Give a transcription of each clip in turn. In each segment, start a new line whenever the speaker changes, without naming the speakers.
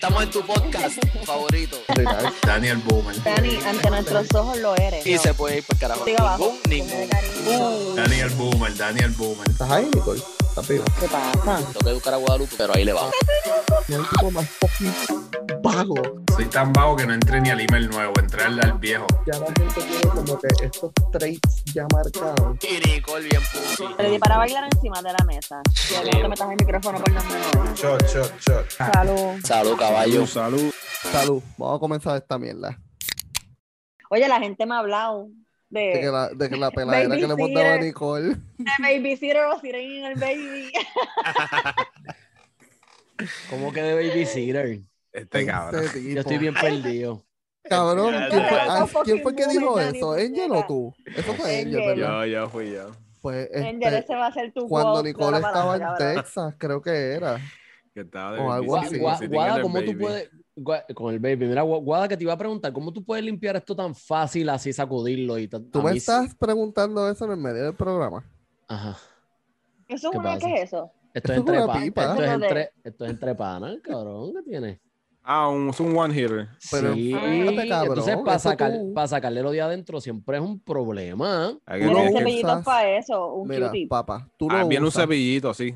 Estamos en tu podcast favorito.
Daniel Boomer.
Dani, ante nuestros ojos lo eres.
Y se puede ir por carajo.
Siga abajo.
Ningún, ningún.
Daniel Boomer, Daniel Boomer.
¿Estás ahí, Nicole? ¿Estás viva?
¿Qué pasa?
Tengo que educar a Guadalupe, pero ahí le vamos.
Es el tipo más fucking vago.
Soy tan bajo que no entré ni al email nuevo, entré al, al viejo.
Ya la gente tiene como que estos traits ya marcados.
Y Nicole bien pussy.
Le di para bailar encima de la mesa. Y ahora no te metas el micrófono por los menos.
Shot, shot, shot.
Salud.
Salud, caballo.
salud.
Salud, vamos a comenzar esta mierda.
Oye, la gente me ha hablado
De que
de,
la, de que la peladera
Baby
que le hemos dado a
sitter.
Nicole.
de babysitter o sirena en el baby.
¿Cómo que de babysitter?
Este cabrón.
Ese tipo.
Yo estoy bien perdido.
Cabrón,
Ya,
¿quién fue,
ya.
ah, ¿quién fue que
Fucking
dijo
woman,
eso?
Dani,
¿Angel o
puñeta.
tú? Eso fue
Angel.
Angel, ¿verdad?
Yo, yo fui yo.
Pues
Angel,
este,
ese va a ser tu
cuando
quote de
Nicole
la
estaba en
palabra, ¿verdad?
Texas, creo que era.
Que estaba de
O algo
Gua-
así.
babysitter,
Gua-
sitting
Guada,
in
¿cómo
the
tú
baby.
puedes... Gua- Con el baby. Mira, Gua- Guada, que te iba a preguntar, ¿cómo tú puedes limpiar esto tan fácil así, sacudirlo y tan...
Tú
a
me
mí-
estás preguntando eso en el medio del programa.
Ajá.
Eso es
¿Qué
una,
pasa?
¿qué es eso?
Esto
Esto es
es
entre
una
panas.
pipa.
Esto es
Eso de-
entre, esto es entre panas, cabrón. ¿Qué tienes?
Ah, un, es un one hitter.
Pero
sí.
enfócate, cabrón,
Entonces, para,
eso
sacar,
tú.
para sacarle lo de adentro siempre es un problema. ¿eh?
Hay que-
Tú lo
tienes
Tiene
Ah, que-
cepillitos
usas.
para eso, un
Mira,
Q-tip.
papá, tú
Ah,
lo
viene un
usas.
cepillito así.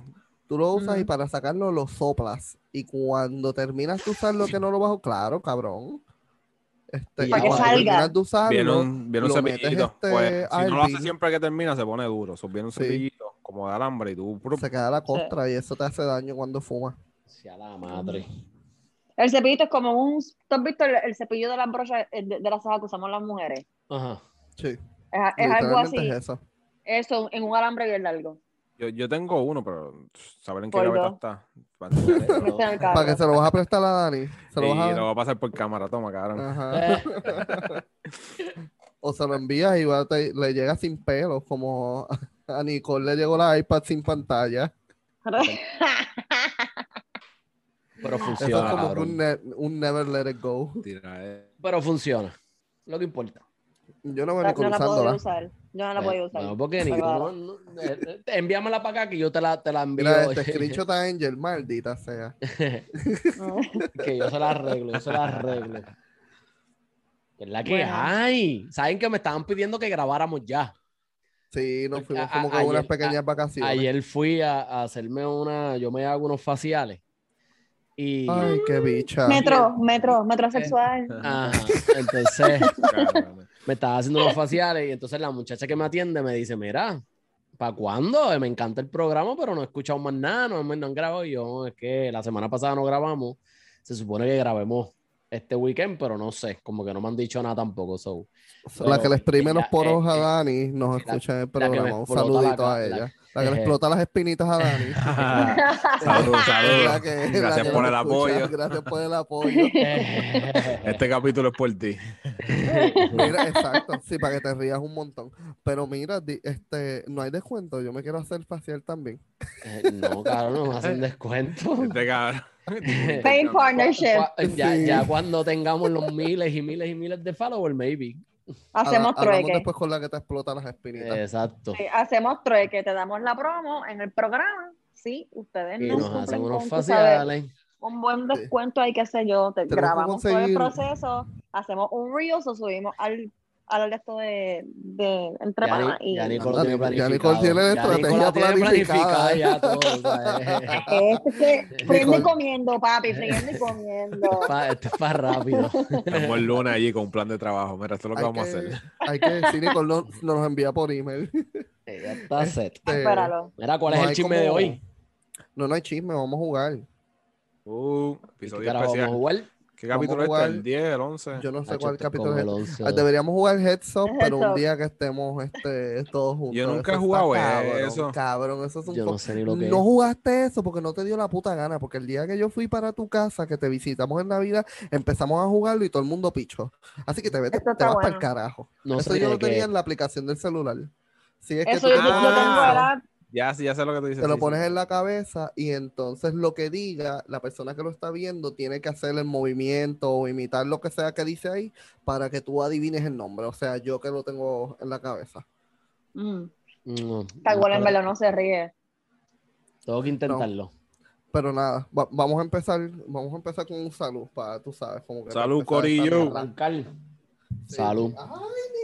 Tú lo usas y
Ujú.
para sacarlo lo soplas. Y cuando terminas de usarlo, que no lo bajo, claro, cabrón. Este,
Y
y
para que
cuando
salga.
terminas de usarlo,
Viene un, viene un
Ah, lo metes,
cepillito.
este,
pues, si
al
no lo hace
bin.
siempre que termina, se pone duro. So, viene un
Sí.
cepillito como de alambre y tú. prup,
se queda la costra y eso te hace daño cuando fumas.
Sea la madre.
El cepillito es como un. ¿Tú has visto el, el cepillo de las brochas eh, de, de las hojas que usamos las mujeres?
Ajá.
Sí,
Es, es algo
literalmente
así.
es eso.
Eso, en un alambre bien largo.
Yo, yo tengo uno, pero pff, saber en qué
Por
gaveta
dos.
está.
Me está en el
Y
carro.
Para que se lo vas a prestar a Dani. Se lo vas a...
lo va a pasar por cámara, toma, cabrón.
Ajá.
Eh,
O se lo envías y va, te- le llega sin pelo, como a Nicole le llegó la iPad sin pantalla.
pero
Eso
funciona,
es como que
cabrón.
un, ne- un never let it go.
Tira, eh.
Pero funciona. Lo que importa.
Yo no me
No,
Nicole
la puedo
usándola.
usar. Yo no la
Bueno,
puedo usar.
Eh, No, porque ni
Pero-
no, no, eh, eh, envíamela para acá que yo te la, te la envío.
Mira, este screenshot a Angel, maldita sea.
que yo se la arreglo, yo se la arreglo. Que es la que
Bueno.
hay. Saben que me estaban pidiendo que grabáramos ya.
Sí, nos fuimos
A-
como que
a-
unas
ayer-
pequeñas vacaciones.
Ayer fui a, a hacerme una, yo me hago unos faciales. Y
Ay, qué bicha.
Metro, metro, metrosexual.
Eh,
ajá, entonces
Cabrón.
me estaba haciendo unos faciales y entonces la muchacha que me atiende me dice, mira, ¿para cuándo? Eh, Me encanta el programa, pero no he escuchado más nada, no, hemos- no han grabado. Y yo, es que la semana pasada no grabamos. Se supone que grabemos este weekend, pero no sé, como que no me han dicho nada tampoco. So,
la que le exprime
Mira,
los poros
eh,
a
eh,
Dani nos
la-
escucha en el
la que me
programa. Un
explota la
saludito
ca-
a
la-
ella. La que le explota las espinitas a Dani.
Salud,
Es
salud.
la que- es la
Gracias
que
por
nos
el
escucha.
apoyo.
Gracias por el apoyo.
Eh,
Este capítulo es por ti.
Mira, exacto. Sí, para que te rías un montón. Pero mira, di- este, no hay descuento. Yo me quiero hacer facial también.
Eh, no, cabrón, no me hacen descuento.
Este cabrón.
eh,
Pay partnership.
Cua- Ya,
Sí.
ya cuando tengamos los miles y miles y miles de followers, maybe.
Hacemos
Habla- hablamos
trueque.
después con la que te explota las espinitas.
Eh,
Exacto.
Sí, Hacemos trueque. Te damos la promo en el programa. Sí, ustedes
Y
no
nos
sufren
hacen unos
con, tú sabes,
faciales.
Un buen descuento hay que hacer yo. Te
Tenemos que
grabamos todo el
conseguir-
proceso, hacemos un reel, o subimos al, al resto de, de entre
Ya,
panas
Ni-
y-
ya Nicole
Dani-
tiene
ya Nicole
planificado.
tiene la
Ya
estrategia
Nicole tiene
planificada.
planificada ya todo, o sea,
Ah,
Este, friendo
Nicole-
y comiendo, papi, friendo y comiendo.
pa- Esto es para rápido.
Estamos el lunes allí con un plan de trabajo. Mira, esto es lo que
Hay
vamos a
que-
hacer.
Hay que decir, Nicole nos, nos envía por email.
Eh, Ya está set.
Este,
Espéralo.
Mira, ¿cuál
no
es el
hay
chisme
como-
de hoy?
No, no hay chisme, vamos a jugar.
Uh,
¿Qué
episodio
carajo vamos a
especial.
jugar?
Vamos
¿Qué
a
capítulo es
jugar-
este? ¿El 10, el 11?
Yo no sé
Hacho,
cuál
este es
capítulo
como
es.
el
este.
11.
Ah, Deberíamos jugar Heads Up,
Heads
pero un
Up.
día que estemos este, todos juntos.
nunca
Eso
he
está
jugado
cabrón,
eso.
Cabrón, eso es un
Yo
co-
no sé ni lo que
No
es.
jugaste eso porque no te dio la puta gana. Porque el día que yo fui para tu casa, que te visitamos en Navidad, empezamos a jugarlo y todo el mundo pichó. Así que te, vete-
Esto
te
está
vas para
bueno.
el carajo.
No
eso
sé
yo
ni
lo
de qué
tenía
es.
en la aplicación del celular. Sí, es que
Eso
tú Ah.
yo,
te
yo
pones
tengo
eso,
edad.
Ya, sí, ya sé lo que tú dices.
te lo
sí,
pones
sí.
en la cabeza y entonces lo que diga la persona que lo está viendo tiene que hacer el movimiento o imitar lo que sea que dice ahí para que tú adivines el nombre. O sea, yo que lo tengo en la cabeza.
Mm,
No,
Tal
Mm, no,
cual en
pero
verdad no se ríe.
Tengo que intentarlo.
Pero nada, va- vamos a empezar, vamos a empezar con un salud para, tú sabes, como que
Salud,
para empezar esta
corillo.
mierda. Sí.
Salud.
Ay,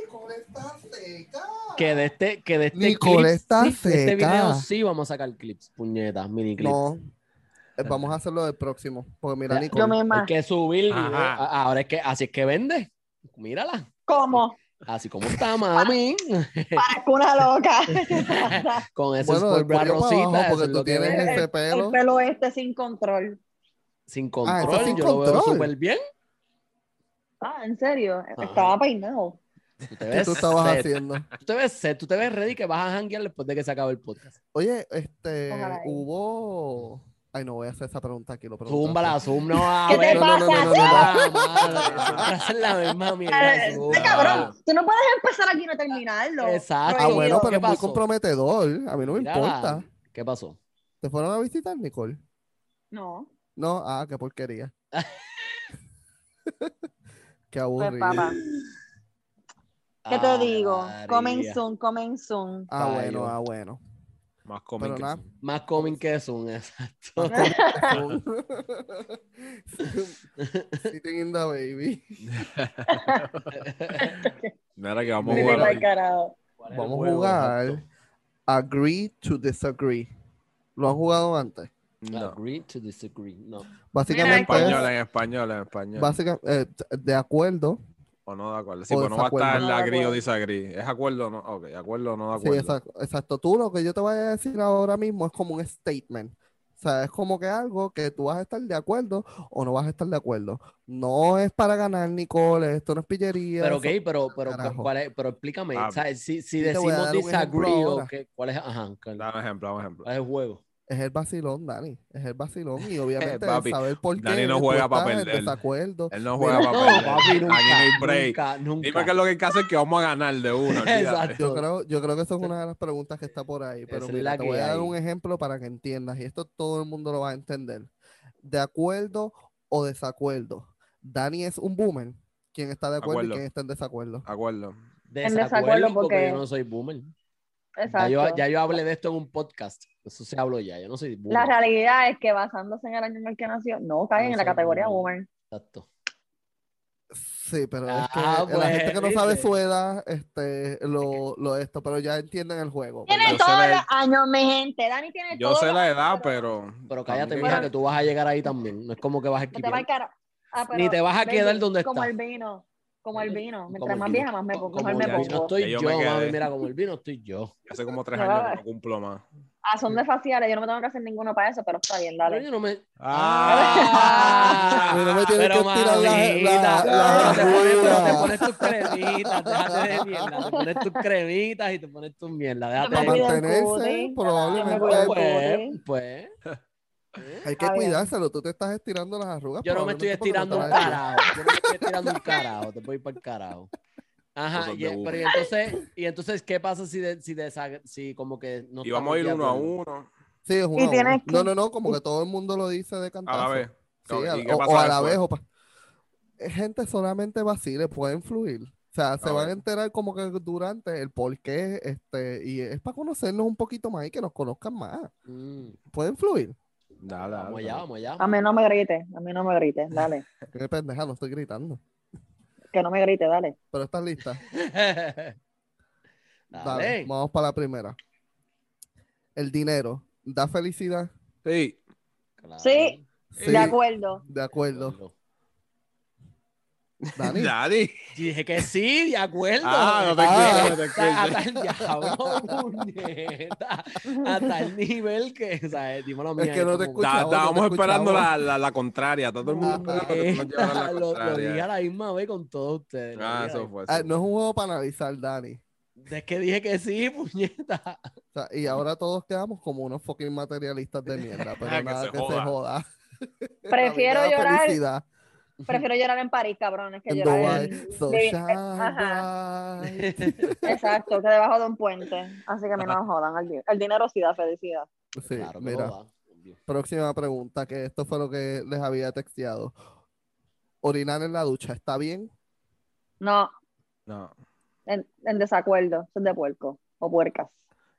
Nicole está seca.
Que de este, que de este
Nicole
clip,
está
sí, de este
seca.
video sí vamos a sacar clips, puñetas, mini clips.
No, eh, vamos a hacerlo del próximo. Porque mira,
Ya,
Nicole.
Yo misma.
Hay que subir el video.
Ajá.
A- Ahora es que así es que vende. Mírala.
¿Cómo?
Así como está, mami.
Parezco una loca. ¿Qué pasa?
Con ese
Bueno, del cuello
escorbra
para abajo,
rosita. eso
porque
es
tú
lo que
tienes
vende.
ese
El
pelo.
pelo este sin control.
Sin
Ah, eso
control.
es sin
yo lo veo
control.
súper bien.
Ah, en serio. Estaba peinado.
Tú te
que
ves
tú estabas
set,
haciendo?
tú te ves set, tú te ves ready que vas a janguear después de que se acabe el podcast.
Oye, este,
Ojalá y-
hubo... Ay, no voy a hacer esa pregunta aquí, lo preguntaste.
Zumba la zoom, no a
¿Qué te
ver,
pasa?
Ah, madre, siempre hacen la misma mierda,
Eh,
Zumba.
cabrón. Tú no puedes empezar aquí y no terminarlo.
Exacto.
Ah, bueno,
Prohibido.
¿Qué
pero es muy
pasó?
comprometedor. A mí no me
Mira.
importa.
¿Qué pasó?
¿Te fueron a visitar, Nicole?
No.
No, ah, qué porquería. qué
Pues,
aburrido.
papá. ¿Qué te
Ah,
digo?
María.
Comen zoom, comen zoom.
Ah,
Ay,
bueno,
Dios.
ah, bueno.
Más
Pero
cómico.
nada.
Más coming que Zoom, exacto.
Sitting in the baby.
Nada que vamos a
Vete
jugar.
pa'l
hoy.
carajo.
¿Cuál es el
Vamos a
juego,
jugar.
exacto?
Agree to disagree. ¿Lo han jugado antes?
No.
Agree to disagree. No.
Mira,
En
Básicamente es-
español, en español, en español.
básica- eh, de acuerdo.
O no de acuerdo. Sí,
O
pues no va a
desacuerdo.
estar
No de
agree o
acuerdo.
disagree. ¿Es acuerdo o no? Ok, acuerdo o no
Sí,
de acuerdo.
exacto, exacto. Tú lo que yo te voy a decir ahora mismo es como un statement. O sea, es como que algo que tú vas a estar de acuerdo o no vas a estar de acuerdo. No es para ganar, Nicole. Esto no es pillería.
Pero ok,
eso-
pero, pero,
Carajo.
¿cuál es? pero explícame.
Ah,
o sea, si, si
te voy a
decimos
dar un ejemplo
disagree,
ahora.
ok, ¿cuál es? Ajá, ¿cuál,
Dame un ejemplo, dame un ejemplo.
cuál es el juego?
Es el vacilón, Dani. Es el vacilón. Y obviamente el
Papi,
saber por qué.
Dani no
tú
juega
estás
pa'
en
perder.
desacuerdo.
Él no juega
Mira,
No,
papel.
papi, nunca.
Aquí no hay break.
Nunca, nunca.
Dime qué es lo que hay que hacer que vamos a ganar de uno. olvídate.
Exacto.
Yo creo, yo creo que eso es una de las preguntas que está por ahí.
Esa
Pero
es
mira,
la
te
que
voy a dar
hay.
un ejemplo para que entiendas. Y esto todo el mundo lo va a entender. De acuerdo o desacuerdo. Dani es un boomer. ¿Quién está de acuerdo,
Acuerdo.
y quién está en desacuerdo?
Acuerdo.
Desacuerdo porque
porque-
yo no soy boomer. Ya
Exacto.
yo, ya yo hablé de esto en un podcast. Eso se habló ya. Yo no soy
La
boomer.
realidad es que basándose en el año en el que nació, no caen
No
en la
soy
categoría
boomer.
boomer.
Exacto.
Sí, pero es que
Ah,
la gente que no sabe
pues,
su edad, este, lo, lo esto, pero ya entienden el juego.
Tiene
Yo sé
todos
la-
los años, mi gente. Dani tiene
Yo
todos
sé
los
la
años,
edad,
pero
pero.
Eh, Pero cállate,
también-
mija, que tú vas a llegar ahí también. No es como que vas a
no te va
esquivar.
el cara. Ah, pero,
Ni te vas a
baby,
quedar donde
Como
estás.
el vino. Como el vino. Mientras
el
más
vino.
vieja, más me pongo.
Como
mejor
el
me
ya
vino
yo
pongo.
estoy
Ya
yo,
yo me quedé.
mami, mira, como el vino estoy yo.
Hace como tres
No,
años
no,
que
no.
no cumplo más.
Ah, son de faciales. Yo no me tengo que hacer ninguno para eso, pero está bien,
Pero
dale.
yo no me...
¡Ah!
A mí no me tiene
Pero
que tirar la-
mamita,
la- la-
pero te pones- pero te
la-
pones tus cremitas, déjate de mierda, te pones tus cremitas y te pones tus mierdas, déjate
No
de
Para
me ¿eh? cuido
mierda.
el
mantenerse,
cutis.
probablemente
cuido el cutis.
Pues, pues,
hay que
Está bien.
cuidárselo. Tú te estás estirando las arrugas.
yo no me estoy
probablemente porque no
estirando
te
un
las estiras.
carajo, yo no me estoy estirando un carajo, te voy para el carajo. Ajá,
Cosas
y, e,
de boomer.
pero y entonces, y entonces, ¿qué pasa si, de- si, desag- si como que no
Y vamos a ir
estamos de
uno a
acuerdo?
uno
Sí, es uno a
tienes
uno.
que-
No, no, no, como que todo el mundo lo dice de
a
cantazo.
la vez.
Sí,
¿Y
a la-
qué
o,
pasa
o a la
después?
vez. o pa- Eh, Gente solamente vacile, pueden fluir. O sea, se
A
van a
ver.
enterar como que durante el porqué, este, y es para conocernos un poquito más y que nos conozcan más.
Mm,
Pueden fluir.
Dale, dale,
vamos allá,
dale.
vamos allá.
A mí no me grites. A mí no me grites. Dale.
Qué pendeja, no estoy gritando.
Que no me grites, dale.
Pero estás lista.
Dale.
Dale, vamos para la primera. El dinero, ¿da felicidad?
Sí.
Claro.
Sí.
Sí,
De acuerdo.
de acuerdo. Dani,
Dani.
Yo dije que sí, de acuerdo.
Ah, no te
Ah.
escucho, no te
O sea,
escucho.
hasta el diablo, puñeta. Hasta el nivel que, o sea, eh, dímelo a mí.
Es que
ahí
no te
como-
escucho.
Ta-
Escuchaba, no
Estábamos
te
esperando
escuchaba.
la, la, la contraria. Todo el mundo esperando que tú nos llevaras
Puñeta,
la
Ah, eh, Lo, lo dije a
contraria.
la misma vez con todos ustedes. lo
Ah,
dije a la
eso fue.
ah,
eso
no es un juego para analizar, Dani.
misma- Es que dije que sí, puñeta.
O sea, y ahora todos quedamos como unos fucking materialistas de mierda, pero
Que
nada
se
que
joda.
se joda.
Prefiero
La vida,
llorar.
felicidad.
Prefiero llorar en París, cabrones, que
En
llorar
Dubai,
en...
sunshine,
de- eh, ajá.
bright.
Exacto, que debajo de un puente. Así que a mí no me jodan. El, di- el dinero sí da felicidad.
Sí,
Claro que
mira,
lo da. Obvio.
próxima pregunta, que esto fue lo que les había texteado. Orinar en la ducha, ¿está bien?
No,
No.
en, en desacuerdo. Son de puerco o puercas.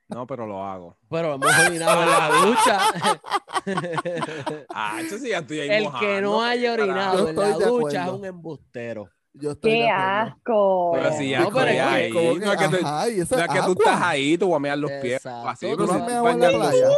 No, pero lo hago.
Pero hemos orinado en la ducha.
Ah, eso sí, ya estoy ahí
El
mojando.
que no haya
Yo
orinado en la
estoy de
ducha es
acuerdo.
un embustero.
Yo estoy
¡Qué
de acuerdo.
asco!
Pero si ya
No, pero
estoy
es que-
ahí.
como
No es que te-
ajá, y eso
no es que tú
agua.
estás ahí, tú vas a mear los pies.
Exacto,
Así,
tú
pero Ah,
no
si
has
estás
meado en la
bañando-
playa.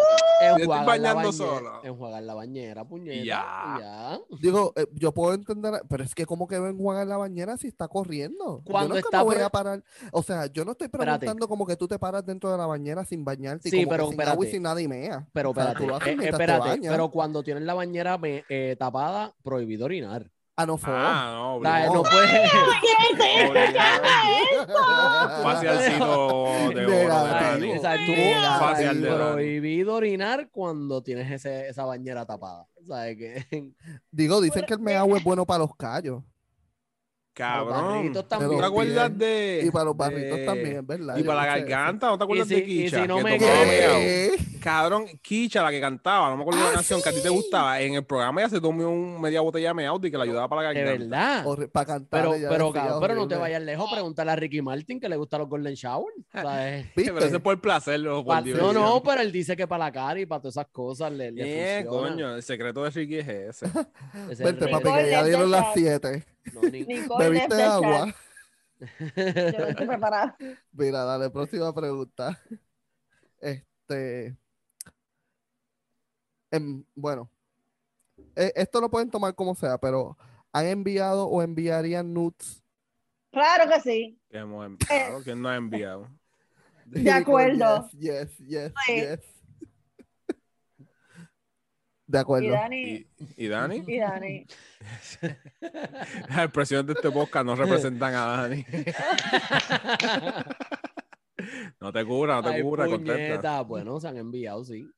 Enjuagar la
bañando
bañera,
solo.
Enjuagar la bañera, puñeta.
Ya.
y ya.
Digo, eh, yo puedo entender, pero es que como que ven Juan en la bañera si está corriendo.
Cuando
yo nunca
está
me voy
pre-
a parar. O sea, yo no estoy
Espérate.
preguntando como que tú te paras dentro de la bañera sin bañarte y
Sí,
como que
pero
sin agua y
espérate.
sin nada y mea.
Pero
O sea,
espérate,
tú lo haces
eh,
mientras te
espérate,
bañas.
pero cuando tienes la bañera me- eh, tapada, prohibido orinar.
Ah, no fue.
Ah, no,
O sea,
obligado.
no puedes.
Facialcito de oro,
Negativo.
Dani.
O sea, tú-
Mira,
facial de Dani.
prohibido orinar cuando tienes ese- esa bañera tapada. ¿Sabes qué?
Digo, dicen que el meagua es bueno para los callos.
Cabrón.
Los barritos
¿Tú
también.
te acuerdas
Bien.
de...?
Y para los
de-
barritos también, es ¿verdad?
Eh, Y
Yo
para la
no sé eso.
garganta, ¿no te acuerdas
si-
de
y
Kicha?
si no
Que
me
tomaba
quedo-
meao.
¿Qué?
Cabrón, Kicha, la que cantaba, no me acuerdo de la
Ah,
canción que a ti te
sí.
gustaba. En el programa ella se tomó un media botella de meao y que la ayudaba para la
De
garganta.
verdad.
Horri- Para cantar.
Pero,
ella
pero,
decía
cabrón, pero no te
horrible.
vayas lejos, pregúntale a Ricky Martin que le gustan los Golden Shower. ¿sabes?
¿Viste?
Pero eso es por placer, loco, por
Pa- no,
diversión.
no, pero él dice que para la cara y para todas esas cosas le, le
Eh,
funciona.
coño, el secreto de Ricky es ese.
Ese es el
Vente, papi,
reto.
que ya
Nicole,
dieron las
ya-
7.
No, ni-
Nicole,
Bebiste
desde el chat.
agua.
Yo no estoy preparada.
Mira, dale, próxima pregunta. Este. em, bueno, e- esto lo pueden tomar como sea, pero ¿han enviado o enviarían nudes?
Claro que sí.
Que hemos enviado, que no ha enviado.
De
acuerdo.
Yes, yes, yes.
Sí.
yes. De
Y
acuerdo.
Dani,
¿Y, y Dani?
y Dani.
Las expresiones de este podcast no representan a Dani. No te cura, no te
Ay,
cura, contenta.
puñeta. Bueno, se han enviado, sí.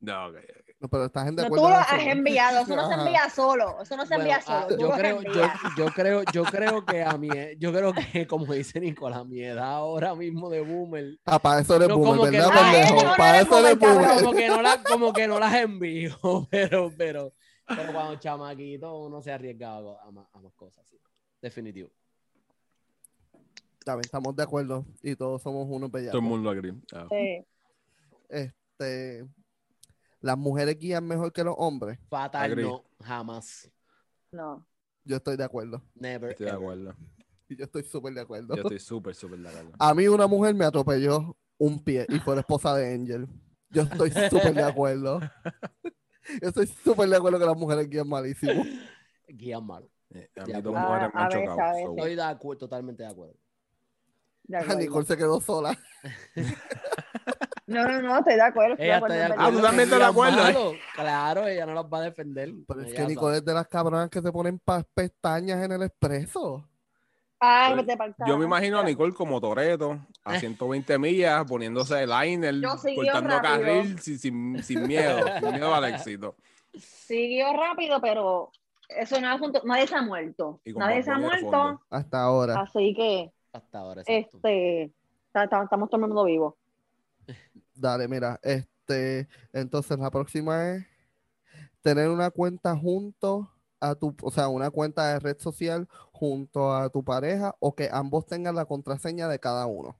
No, ok.
No, pero estás en de
No,
acuerdo.
tú lo
en
has
eso, ¿no?
enviado, eso no se
Ajá.
envía solo, eso no se
Bueno,
envía
ah,
solo. tú
yo,
lo
creo, yo,
envías.
yo creo, yo creo que a mi, e- yo creo que como dice Nicolás, mi edad ahora mismo de boomer,
Ah, para eso eres
No,
boomer,
como que
¿verdad,
no. Ah,
pendejo?
eso no
para
eres
eso eres
boomer,
boomer.
cabrón.
como que no las, como que no las envío, pero, pero, pero cuando chamaquito uno se arriesgaba a más, a más cosas, sí. Definitivo.
Está bien, estamos de acuerdo y todos somos unos
Todo
bellacos.
el mundo agree. Ah.
Sí.
Este, las mujeres guían mejor que los hombres.
Fatal
Agree.
no, jamás.
No.
Yo estoy de acuerdo.
Never.
Estoy de
ever.
acuerdo.
Y Yo estoy súper de acuerdo.
Yo estoy súper, súper de acuerdo.
A mí una mujer me atropelló un pie y fue la esposa de Angel. Yo estoy súper de acuerdo. Yo estoy súper de acuerdo que las mujeres guían malísimo.
Guía malo.
Eh, A mí
Ya,
dos
pues.
mujeres me
Ah,
han
a veces,
chocado.
a veces.
so-
Estoy de acuerdo, totalmente de acuerdo.
Ah,
de acuerdo.
Nicole se quedó sola.
No, no, no, estoy de acuerdo. Estoy de
Ella está
acuerdo,
de
en verdad.
acuerdo.
Ah, tú también estás de
Guía
acuerdo, ¿eh?
malo. Claro, ella no las va a defender.
Pero es
Ella
que
sabe.
Nicole es de las cabronas que se ponen pa- pestañas en el expreso.
Ay, Ah, vete pa'l
Pues, Yo me
carajo.
imagino a Nicole como Toreto, a 120 millas, poniéndose el liner,
Yo seguí
cortando
rápido.
carril sin, sin, sin miedo, sin miedo al éxito.
Siguió rápido, pero eso no es junto. Nadie se ha muerto.
Y con
Nadie
Bad
se ha
Bunny de
muerto.
fondo.
Hasta ahora.
Así que,
Hasta ahora, exacto.
este, ta- ta- estamos todo el mundo vivo.
Dale, mira. Este, entonces la próxima es tener una cuenta junto a tu, o sea, una cuenta de red social junto a tu pareja o que ambos tengan la contraseña de cada uno.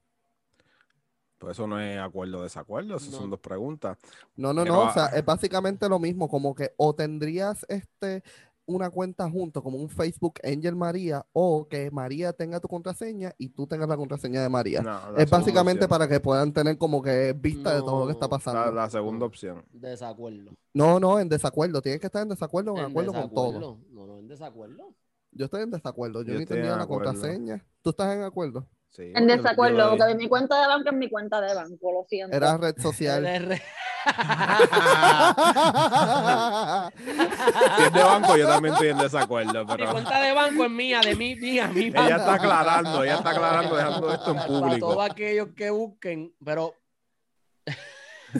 Pues eso no es acuerdo o desacuerdo, eso
No.
son dos preguntas.
No, no,
Pero,
no, o sea,
ah.
es básicamente lo mismo, como que o tendrías este una cuenta junto, como un Facebook Angel María, o que María tenga tu contraseña y tú tengas la contraseña de María.
No, la
es
segunda
básicamente
opción.
para que puedan tener como que vista de todo lo que está
No,
pasando.
La, la segunda opción.
Desacuerdo.
No, no, en desacuerdo, tienes que estar en desacuerdo o en
En
acuerdo con todo.
desacuerdo. No, no, en desacuerdo.
Yo estoy en desacuerdo, yo,
Yo
ni
estoy en
tenía la
acuerdo.
contraseña. ¿Tú estás en acuerdo?
Sí, yo-
En
yo
desacuerdo,
lo
porque
dije.
mi cuenta de banco es mi cuenta de banco, lo siento.
Era red social.
Eres re-
Si es de banco, yo también estoy en desacuerdo,
Mi
pero
cuenta de banco es mía, de mí, mía, mía.
ella está aclarando, ella está aclarando, dejando esto en
Para
público.
todos aquellos que busquen, pero.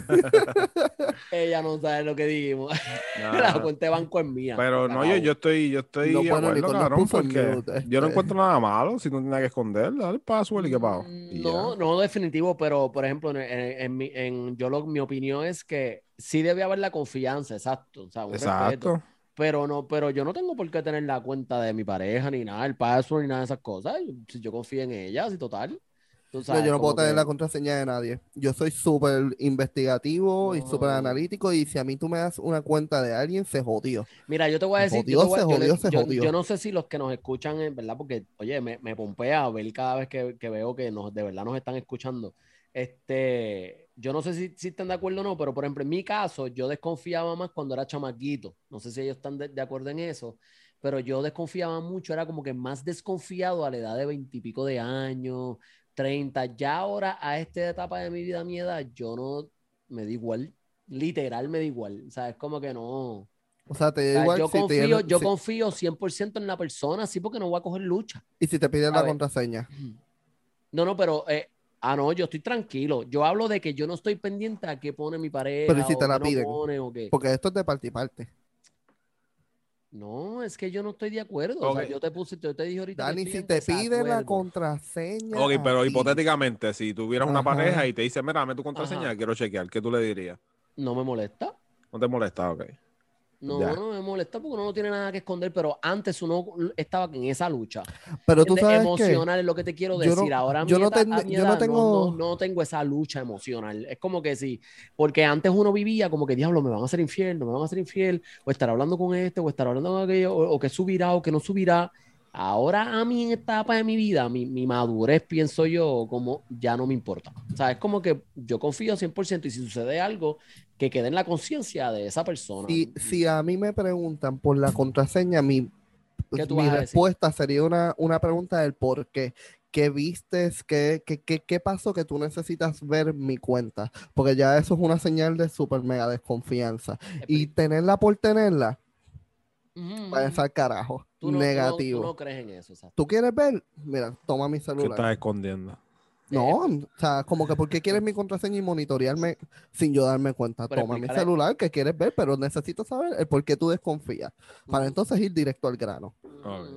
ella no sabe lo que dijimos.
Nah.
La cuenta de banco es mía.
Ah. Pero
Se
no,
acabó.
yo, yo estoy, yo estoy
No,
de
bueno,
acuerdo,
Nicole nos
cabrón,
puso en
porque
mute,
yo no
este.
encuentro nada malo, si no tiene nada que esconder, dale el password y qué pago. Y
Mm, No,
ya.
no definitivo, pero por ejemplo, en, en- en mi, en- yo lo- mi opinión es que sí debe haber la confianza, exacto. O sea, un respeto.
Exacto.
Pero no, pero yo no tengo por qué tener la cuenta de mi pareja, ni nada, el password, ni nada de esas cosas. Si yo confío en ella, si total. Tú Tú
No,
sabes,
yo no
como
puedo tener
que-
la contraseña de nadie. Yo soy súper investigativo y
No.
súper analítico. Y si a mí tú me das una cuenta de alguien, se jodió.
Mira, yo te voy a decir, yo,
Jodió,
te voy a-
se
yo le-
jodió, se
yo-
jodió.
yo no sé si los que nos escuchan, en verdad, porque, oye, me, me pompea ver cada vez que, que veo que nos, de verdad nos están escuchando. Este, yo no sé si, si están de acuerdo o no, pero por ejemplo, en mi caso, yo desconfiaba más cuando era chamaquito. No sé si ellos están de, de acuerdo en eso, pero yo desconfiaba mucho, era como que más desconfiado a la edad de veintipico de años, treinta. Ya ahora, a esta etapa de mi vida, a mi edad, yo no me da igual. Literal me da igual. O sea, es como que no.
O sea, te da
O sea,
igual
yo,
si te
confío,
dieron-
yo
si-
confío 100% en la persona, sí, porque no voy a coger lucha.
y si te piden
a
la
ver.
contraseña.
No, no, pero, eh, ah, no, yo estoy tranquilo. Yo hablo de que yo no estoy pendiente a qué pone mi pareja.
Pero ¿y si
o
te la
qué no
piden?
pone, o qué.
Porque esto es de parte y parte.
No, es que yo no estoy de acuerdo. O sea,
Ok.
yo te puse, yo te dije ahorita. que
Dani,
estoy
si
en
te piden la
desacuerdo.
contraseña.
Ok, pero
a ti,
hipotéticamente, si tuvieras una
Ajá.
pareja y te dice, mira, dame tu contraseña,
Ajá.
quiero chequear, ¿qué tú le dirías?
No me molesta.
No te molesta, ok.
No,
Ya.
no me molesta porque uno no tiene nada que esconder, pero antes uno estaba en esa lucha.
Pero tú
¿Entiendes?
sabes que.
emocional es lo que te quiero
yo no-
decir. Ahora a mi
yo no
edad- a
ten-
mi
yo no
edad
tengo-
no- no tengo esa lucha emocional. Es como que sí, porque antes uno vivía como que, diablo, me van a hacer infiel, no me van a hacer infiel, o estar hablando con este, o estar hablando con aquello, o, o que subirá o que no subirá. Ahora a mí en esta etapa de mi vida, mi, mi madurez, pienso yo, como ya no me importa. O sea, es como que yo confío 100% y si sucede algo, que quede en la conciencia de esa persona.
Si, si a mí me preguntan por la contraseña, mi,
¿Qué tú
mi
vas a decir?
respuesta sería una, una pregunta del por qué. ¿Qué vistes? ¿Qué, qué, qué, qué pasó que tú necesitas ver mi cuenta? Porque ya eso es una señal de súper mega desconfianza. Y tenerla por tenerla,
Ujú.
va a estar carajo.
Tú no- tú no-
negativo.
Tú
tú,
no crees en eso, exacto.
quieres ver? Mira, toma mi
¿Qué
celular.
estás escondiendo?
No, o sea, como que ¿por qué quieres mi contraseña y monitorearme sin yo darme cuenta?
Pero
Toma mi
explícale.
celular que quieres ver, pero necesito saber el por qué tú desconfías. Para entonces ir directo al grano.
Ok.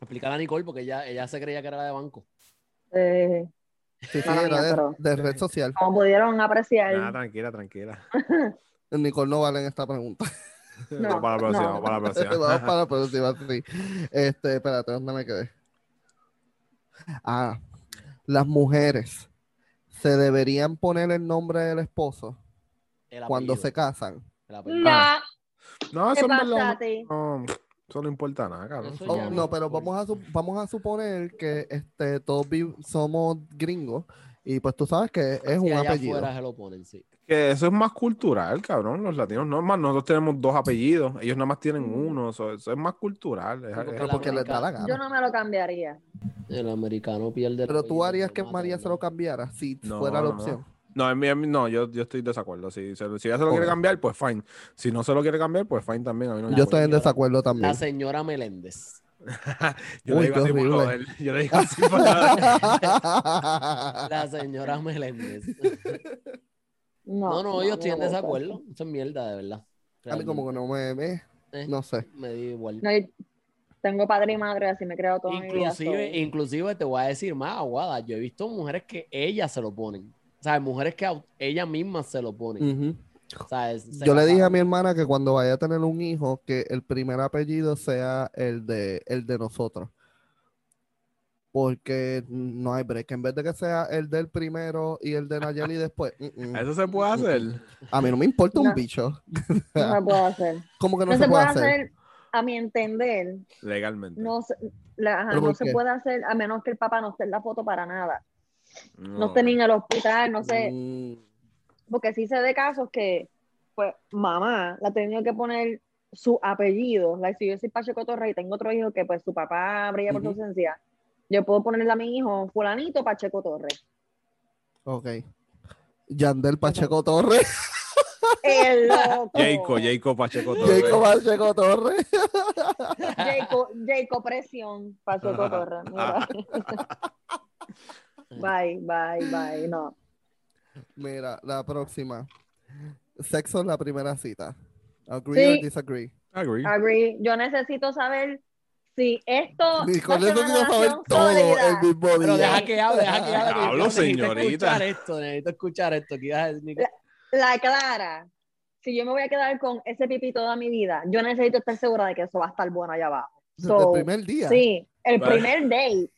Explicar a Nicole porque ella, ella se creía que era de banco.
Eh,
Sí, sí,
Mala
era
mía,
de,
pero-
de red social.
como pudieron apreciar.
Nada, tranquila, tranquila.
Nicole no vale en esta pregunta.
Vamos para la
no.
próxima, vamos para la
Vamos
próxima.
para la próxima, sí. Este, espérate, ¿dónde me quedé? Ah, las mujeres se deberían poner el nombre del esposo
El
cuando
apellido,
se casan.
el apellido.
No,
Ah,
No,
¿qué
eso en
pasa
verdad
a ti?
no, eso no importa nada, cabrón.
Eso
Eso
Oh,
ya
no-
no, pero
por-
vamos a, su- vamos a suponer que este, todos vi- somos gringos y pues tú sabes que es
Sí,
un
allá
apellido.
afuera se lo ponen, sí.
Que eso es más cultural, cabrón. Los latinos, no, más nosotros tenemos dos apellidos, ellos nada más tienen uno, eso, eso es más cultural. es-
Sí, porque
es-
Pero porque les da la gana.
Yo no me lo cambiaría.
El americano pierde el
Pero tú
apellido,
harías
lo
que
matan,
María se lo
¿no?
cambiara si
No,
fuera la
no, no.
opción.
No, en mí- en mí- no yo, yo estoy en desacuerdo. Si, se- si ella se lo quiere
Ok.
cambiar, pues fine. Si no se lo quiere cambiar, pues fine también. A mí no me
Yo estoy en
importa.
desacuerdo también.
La señora Meléndez.
Yo le
Uy, qué
digo así por
horrible.
joder, Yo le digo así por joder.
La señora Meléndez.
No,
No, no, yo estoy en
no, no.
desacuerdo. Eso es mierda, de verdad.
A mí como que no me... me-
Eh,
no sé.
me da igual.
No, yo tengo padre y madre, así me he creado todo.
Inclusive, inclusive te voy a decir más, aguada. Yo he visto mujeres que ellas se lo ponen. O sea, mujeres que au- ellas mismas se lo ponen.
Ujú.
O sea, es- se
Yo le dije a
casaron.
mi hermana que cuando vaya a tener un hijo, que el primer apellido sea el de, el de nosotros. Porque no hay break. En vez de que sea el del primero y el de Nayeli después. mm, mm.
Eso se puede hacer.
A mí no me importa un
No.
bicho.
No se puede hacer.
¿Cómo que
No,
Ah. no, se, puede hacer?
a mi entender,
Legalmente.
no se, la- ajá,
¿Pero
no
por
se
qué?
puede hacer a menos que el papá no esté en la foto para nada. No,
No.
esté ni en el hospital, no sé.
Mm,
Porque sí sé de casos que, pues, mamá la ha tenido que poner su apellido. Like, si yo soy Pacheco Torres y tengo otro hijo que, pues, su papá brilla por su
Ujú.
ausencia, yo puedo ponerle a mi hijo Fulanito Pacheco Torres.
ok. Yandel Pacheco Torres.
¡El loco!
Jacob, Jacob Pacheco Torres.
Jacob Pacheco Torres.
Jacob, Jacob Presión Pacheco Torres.
Ah.
mira. bye, bye, bye. No.
Mira, la próxima. Sexo en la primera cita. Agree
Sí.
or disagree.
Agree.
Agree. Yo necesito saber si esto. va a
Nicole
ser una
necesita saber
relación
todo
sólida.
el mismo día.
Pero deja que hable, deja que hable. porque
Hablo,
yo necesito
señorita.
escuchar esto, necesito escuchar esto. que ibas a decir, Nicole.
La clara. Si yo me voy a quedar con ese pipí toda mi vida, yo necesito estar segura de que eso va a estar bueno allá abajo.
Desde
So,
el primer día.
Sí, el
Vale.
primer date.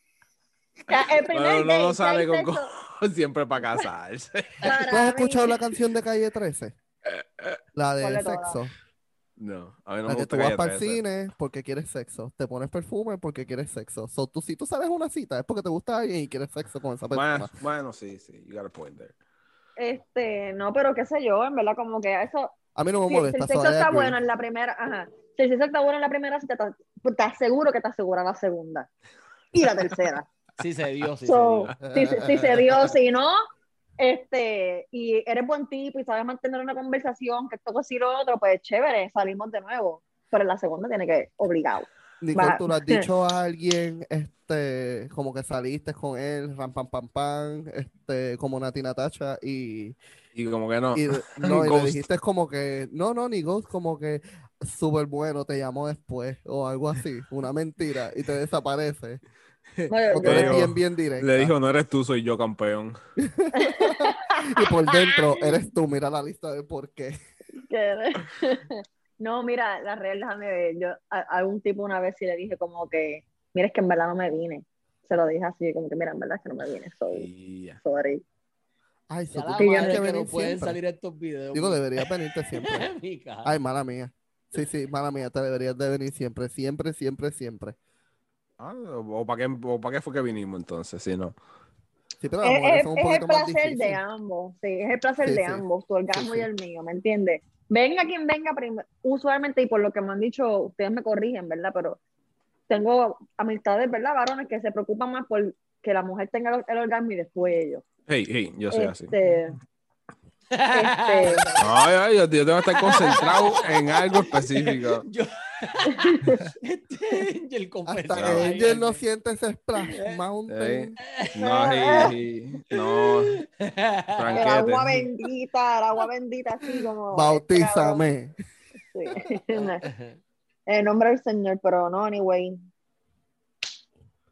sea, el primer
Bueno, no
date,
lo sale
ya el
con
sexo,
Siempre para casarse.
para
¿Tú has
mí,
escuchado la canción de Calle 13? La de
Ponle toda.
sexo.
No, a mí Eh, no
La
me
que tú
gusta
vas
Calle
para el
13.
cine porque quieres sexo. Te pones perfume porque quieres sexo. So, tú, si tú sales a una cita es porque te gusta alguien y quieres sexo con esa persona.
Bueno, bueno, sí, sí, you got a point there.
Este, no, pero qué sé yo, en verdad, como que eso.
A mí no me
Si, si
molesta.
el
so,
sexo
I
está
agree.
bueno en la primera, ajá. Si el sexo está bueno en la primera, cita, te, te aseguro que te asegura la segunda. Y la tercera.
Sí se dio, sí
So,
se dio.
si, se- si se dio, si no, este, y eres buen tipo y sabes mantener una conversación, que esto cosa y lo otro, pues chévere, salimos de nuevo. Pero en la segunda tiene que obligado.
Nicole,
Va.
tú le has dicho a alguien, este, como que saliste con él, ram pam pam pam, este, como Nati Natacha, y,
Y como que no.
y, no, y le
Ghost.
dijiste como que, no, no, ni ghost, como que súper bueno, te llamó después, o algo así, una mentira, y te desaparece.
No, yo-
Porque
yo-
le
eres
digo-
bien, bien directa.
Le dijo, no eres tú, soy yo campeón.
Y por dentro eres tú, mira la lista de por qué.
que- no, mira, la real, déjame ver. Yo a, a un tipo una vez sí le dije como que, mira, es que en verdad no me vine. Se lo dije así, como que mira, en verdad es que no me vine, soy
Y ya.
sorry.
Ay, so
Ya
tú
la
tienes
madre
que
que no
venir
pueden
siempre.
salir estos videos.
Digo, deberías venirte siempre.
Mi cara.
Ay, mala mía. Sí, sí, mala mía, te deberías de venir siempre, siempre, siempre, siempre.
Ah, ¿O para qué, o pa' qué fue que vinimos entonces? Si no.
Sí, pero las
Es,
mujeres
es-
son un
Eh, es el
poquito más
placer de
difíciles.
ambos, sí, es el placer
Sí,
de
sí.
ambos, tu orgasmo
Sí, sí.
y el mío, ¿me entiendes? Venga quien venga, prim- usualmente, y por lo que me han dicho, ustedes me corrigen, ¿verdad? Pero tengo amistades, ¿verdad? Varones que se preocupan más por que la mujer tenga el, el orgasmo y después ellos.
Hey, hey, yo soy así.
Este,
Ah,
este,
Ay, ay, yo, yo tengo que estar concentrado en algo específico.
Yo... este Angel
Hasta
confesó.
que
Ay,
Angel no
Angel.
siente ese Splash Mountain.
No, he- he- no,
el agua
tranquete.
bendita, el agua bendita, así como...
Bautízame.
Sí. En nombre del Señor, pero no, anyway.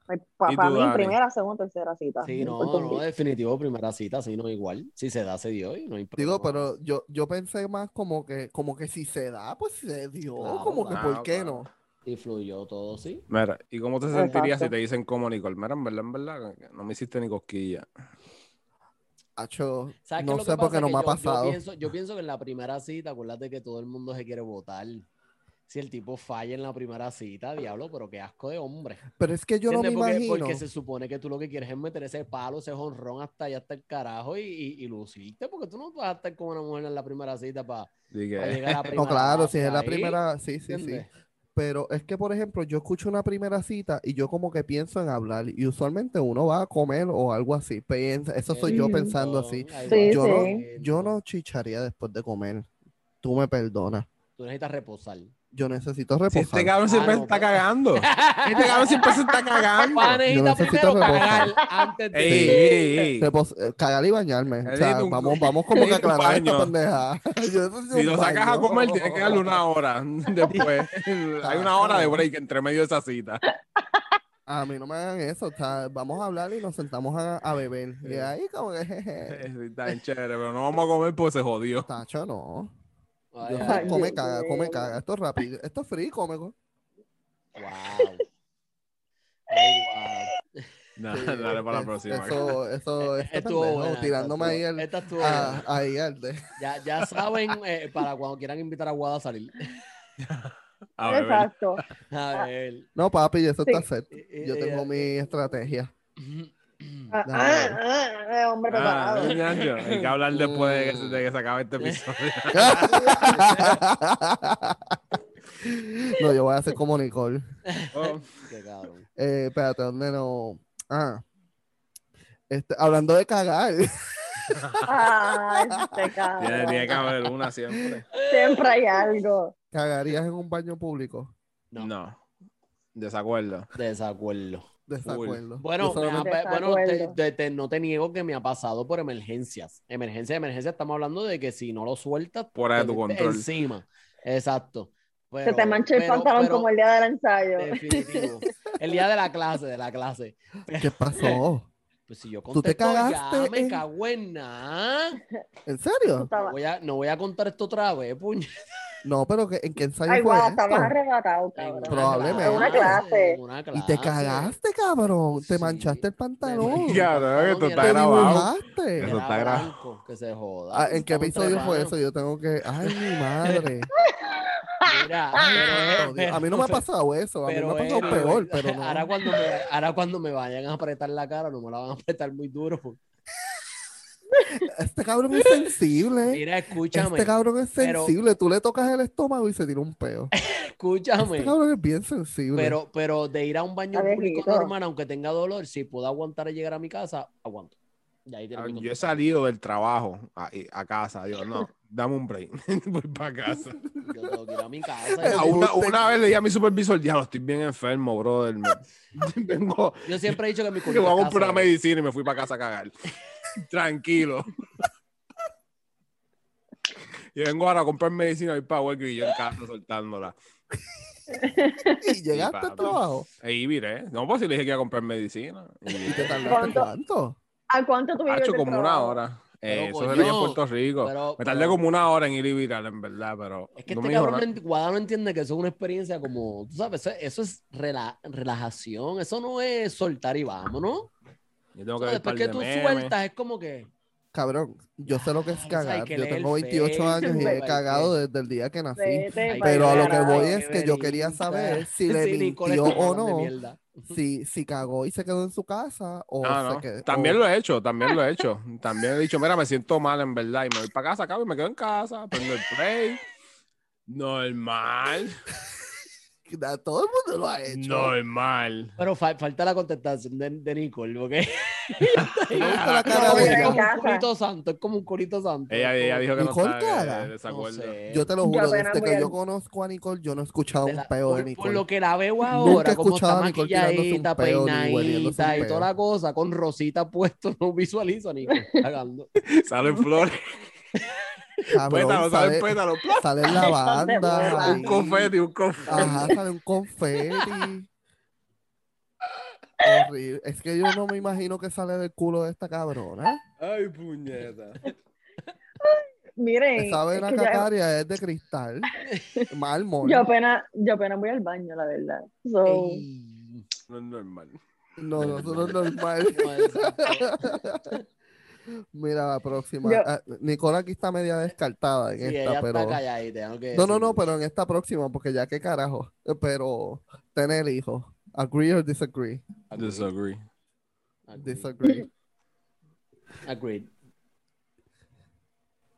Ay, pa-
¿Y
Para
tú,
mí,
Dani?
primera, segunda, tercera cita.
Sí, no,
importa un
no,
bicho.
definitivo, primera cita, sí, no, igual. Si se da, se dio y no hay problema.
Digo, pero yo, yo pensé más como que, como que si se da, pues se dio.
Claro,
como que
claro,
por qué
claro.
Y fluyó todo, sí.
Mira, ¿y cómo te sentirías si
Exacto.
te dicen como Nicole? Mira, en verdad, en verdad, que no me hiciste ni cosquilla.
no. Acho,
¿Sabes qué
no
es lo que
sé por
pasa?
qué no
Que
me ha
yo- yo
pasado.
pienso- Yo pienso que en la primera cita, acuérdate que todo el mundo se quiere votar. Si el tipo falla en la primera cita, diablo, pero qué asco de hombre.
Pero es que yo no me
¿Entiendes? porque,
imagino.
porque se supone que tú lo que quieres es meter ese palo, ese jonrón hasta allá, hasta el carajo y, y, y lucirte, porque tú no vas a estar con una mujer en la primera cita para
Dije, "Eh,
llegar a la primera
Eh, No, claro, si
base
es la
ahí,
primera, sí, sí, sí.
¿entiendes?
Pero es que, por ejemplo, yo escucho una primera cita y yo como que pienso en hablar y usualmente uno va a comer o algo así. Piensa- eso soy yo
Ujú.
pensando así.
Ahí
Sí,
va. eh,
Yo,
sí.
no, yo no chicharía después de comer. Tú me perdonas.
Tú necesitas reposar.
Yo necesito
si
reposar.
este cabrón siempre
Ah, no.
está cagando. Este cabrón siempre se está cagando.
Juan
Yo
necesita
necesito
primero
reposar.
cagar antes de...
Ey, ey, ey.
Repos- eh, cagar y bañarme. O sea,
Necesito un-
vamos, vamos como que
necesito un
aclarar esta
baño.
pendeja. Yo necesito
Si
un
lo sacas a
baño.
comer, tienes que darle una hora después. Hay una hora de break entre medio de esa cita.
A mí no me hagan eso. o sea, vamos a hablar y nos sentamos a, a beber. Y ahí como que... jeje,
Eh, Está bien chévere, pero no vamos a comer porque se jodió.
Tacho, no.
Ay,
Yo-
ay,
Ay,
come
Dios
caga, come
mío.
caga. Esto es rápido. Esto es free, come. co-
Wow. Ay,
Nah,
Sí,
dale para la
es-
próxima.
Eso, eso,
wow.
este
Eh, Estuvo
pendejo
buena,
tirándome ahí Ah.
esta
al-
estuvo- esta estuvo
a-
buena.
ahí al de-
Ya, ya saben, eh, para cuando quieran invitar a Guada a salir.
A ver,
Exacto.
A ver. Eh,
No, papi, eso
Sí.
está set. Ah, Yo tengo mi estrategia.
Ah,
Dale.
ah, ah, ah, hombre
Ah,
preparado.
ñaño, hay que hablar después de que, se- de que se acabe este episodio.
no, yo voy a hacer como Nicole.
Oh,
Qué cabrón.
Eh, espérate, ¿dónde no? Ah. Este, hablando de cagar.
Ay, este cabrón.
tiene, tiene que haber una siempre.
Siempre hay algo.
¿Cagarías en un baño público?
No.
No. Desacuerdo.
Desacuerdo.
Desacuerdo.
Bueno,
Yo solamente-
me ha- bueno te-
Desacuerdo.
te- te- no te niego que me ha pasado por emergencias. Emergencia, emergencia, estamos hablando de que si no lo sueltas,
Fuera de tu
te metes
control.
Encima. Exacto.
Se te mancha el pantalón como el día del ensayo.
eh, Definitivo. El día de la clase, de la clase.
¿Qué pasó?
Pues si yo
¿Tú te
contesto, ya
cagaste eh".
me
en-
cago en nada.
¿En
Tú
serio?
No
estabas-
voy, a, no voy a contar esto otra vez, puño.
No, pero que- ¿en qué ensayo
Ay,
fue
guau, estabas
esto?
arrebatado,
En una
cabrón.
Probablemente.
clase,
Una clase.
en una
Y te
clase.
cagaste, cabrón. Te
Sí.
manchaste el pantalón.
manchaste.
Te
Ya, de verdad que tú
Te
estás grabado.
Era
dibujaste.
Eso está grabado.
blanco, Que se joda.
Ah, ¿En qué
Estamos
episodio fue
trepados.
eso? Yo tengo que. Ay, mi madre.
Mira,
Ah, Santo Dios. A mí no me ha pasado eso. A mí me ha pasado
Eric,
peor, pero no.
Ahora cuando, me, ahora cuando me vayan a apretar la cara, no me la van a apretar muy duro. porque-
Este cabrón es sensible.
Mira, escúchame,
Eh, Este cabrón es
pero-
sensible. Tú le tocas el estómago y se tira un peo.
escúchame.
Este cabrón es bien sensible.
Pero, pero de ir a un baño
Está
público
viejito.
normal, aunque tenga dolor, si puedo aguantar a llegar a mi casa, aguanto. Y ahí tiene mi
Ah, Yo he
contestación.
salido del trabajo a, a casa. Digo, no, dame un break. Voy para casa.
Yo tengo que ir a mi casa.
Ah, Una, una vez le dije a mi supervisor, ya estoy bien enfermo, brother. Me- Tengo
Yo siempre he dicho que mi
que
culpa
voy a
está
comprar una
sola.
medicina y me fui para casa a cagar. Tranquilo. Yo vengo ahora a comprar medicina y para Walker y yo en casa soltándola.
y llegaste al
papi.
trabajo.
E Ahí miré. No, pues si le dije que iba a comprar medicina.
¿Y te tardaste
¿Cuánto?
cuánto?
¿A cuánto tú vives
Hacho
del
como una
trabajo?
hora. Eh,
Pero,
eso sería en
coño,
Puerto Rico.
Pero-
me tardé
pero-
como una hora en ir y virar, en verdad, pero.
Es que
no
este
me dijo
cabrón
nada.
no ent- Guada no entiende que eso es una experiencia como, tú sabes, eso, eso es rela- relajación, eso no es soltar y vámonos.
Yo tengo que ver un
O sea,
par
después que
de
tú
memes.
sueltas, es como que.
Cabrón, yo sé lo que es
Ay, eso hay
cagar.
que
Yo
leer
tengo
el
28 años y he
Facebook,
cagado
hay
desde el día que nací.
Vete
Ay,
pa'l
Pero a lo que
carajo.
voy es que yo quería
vergüenza.
saber si le
Nicole
mintió
está
o
hablando
no.
de mierda.
Si, si cagó y se quedó en su casa o
Ah, No,
se
no.
quedó.
También lo he hecho, también lo he hecho. También he dicho, mira, me siento mal en verdad y me voy para casa, cabrón, y me quedo en casa, prendo el play. Normal,
Todo el mundo lo ha hecho.
normal.
Pero fa- falta la contestación de, de Nicole, ¿ok?
Me gusta la
Es
cara
como
de
voy a
ella.
casa.
un culito santo, es como un culito santo.
Ella, ella dijo que no
Nicole
estaba
caga.
en desacuerdo.
Yo te lo
Yo
juro,
apenas
desde
voy
que
al-
yo conozco a Nicole, yo no he escuchado
De
un
la-
peo
por,
de
por
Nicole.
lo que la veo
Nunca
ahora,
he
como está
escuchado a Nicole tirándose un
maquilladita,
peo, ni hueliéndose un
peinadita y
peo.
toda la cosa, con rosita puesto, no visualizo a Nicole cagando.
Salen flores,
Cabrón,
pétalos, salen
sale,
pétalos, ¡plá!
sale la banda.
vuelan.
un confeti, un confeti.
Ajá, sale un confeti. Horrible. Es que yo no me imagino que sale del culo de esta cabrona.
Ay, puñeta.
Miren,
Esa
es
vena
que yo-
cacaria es de cristal. Mármol.
yo, apenas, yo apenas voy al baño, la verdad. So,
Oh, Ey,
No es normal.
No, nosotros normal.
madre santa.
Mira la próxima.
Yo-
Ah, Nicola aquí está media descartada en
Sí,
esta,
ella
pero.
está calladita. tengo que
No, no,
decirlo.
no, pero en esta próxima, porque ya qué carajo. Eh, Pero tener hijos. Agree or disagree.
Disagree.
pues,
Agreed.
Disagree.
Agreed.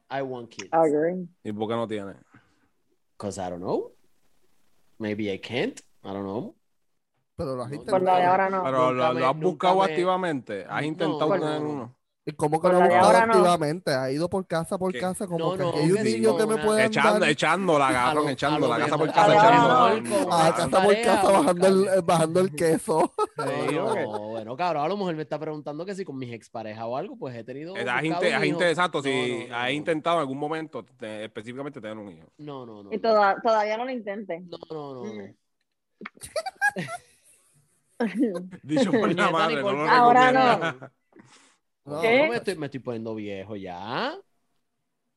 I want kids.
agree.
¿Y por qué no tiene?
Ah, Because I don't know. Maybe I can't. I don't know.
Pero lo has
No,
intentado.
Por la de ahora no.
Pero
Nunca
lo,
me-
lo has
nunca
buscado
me-
activamente. Has
No,
intentado
no,
tener
no.
uno.
¿Y ¿Cómo que
Por
lo ha
la de
buscado
ahora no.
activamente? Ha ido por casa, por
¿Qué?
casa, como
No,
que
no,
aquí hay un
que sí,
niño que
con
me
una-
puede
Echando,
dar.
echándola,
A
cabrón,
lo-
echándola,
a lo
casa por
mejor.
casa,
A lo
mejor con
echándola.
Ah,
una-
acá
Ah,
está por
tarea,
casa bajando el,
buscando.
eh, bajando el queso.
No,
Sí, ok.
bueno, cabrón, a lo mejor me está preguntando que si con mis exparejas o algo, pues he tenido.
Has,
buscado
inte-
un
has
hijo.
inte- exacto, si
No, no, no,
has
no.
intentado en algún momento te- específicamente tener un hijo.
No, no, no.
Y
no.
toda- todavía no lo intenten.
No, no, no. no.
Pues
Dicho por la
Puñeta,
madre, no
Nicole,
lo
ahora
recomiendo.
No,
¿Qué?
No, me, estoy, me estoy poniendo viejo ya.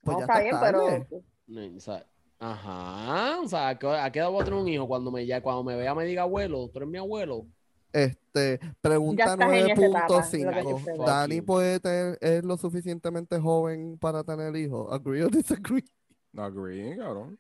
Pues
no,
ya
está bien,
tarde.
pero.
No, o sea, ajá. O sea, ¿a qué, a qué edad voy a tener un hijo? Cuando me, ya, cuando me vea me diga abuelo, tú eres mi abuelo.
Este,
Ya
pregunta
estás en esa etapa, lo que
9.5.
sucede.
Dani
Fuck you.
puede tener, es lo suficientemente joven para tener hijos. Agree or disagree.
No, agree, cabrón.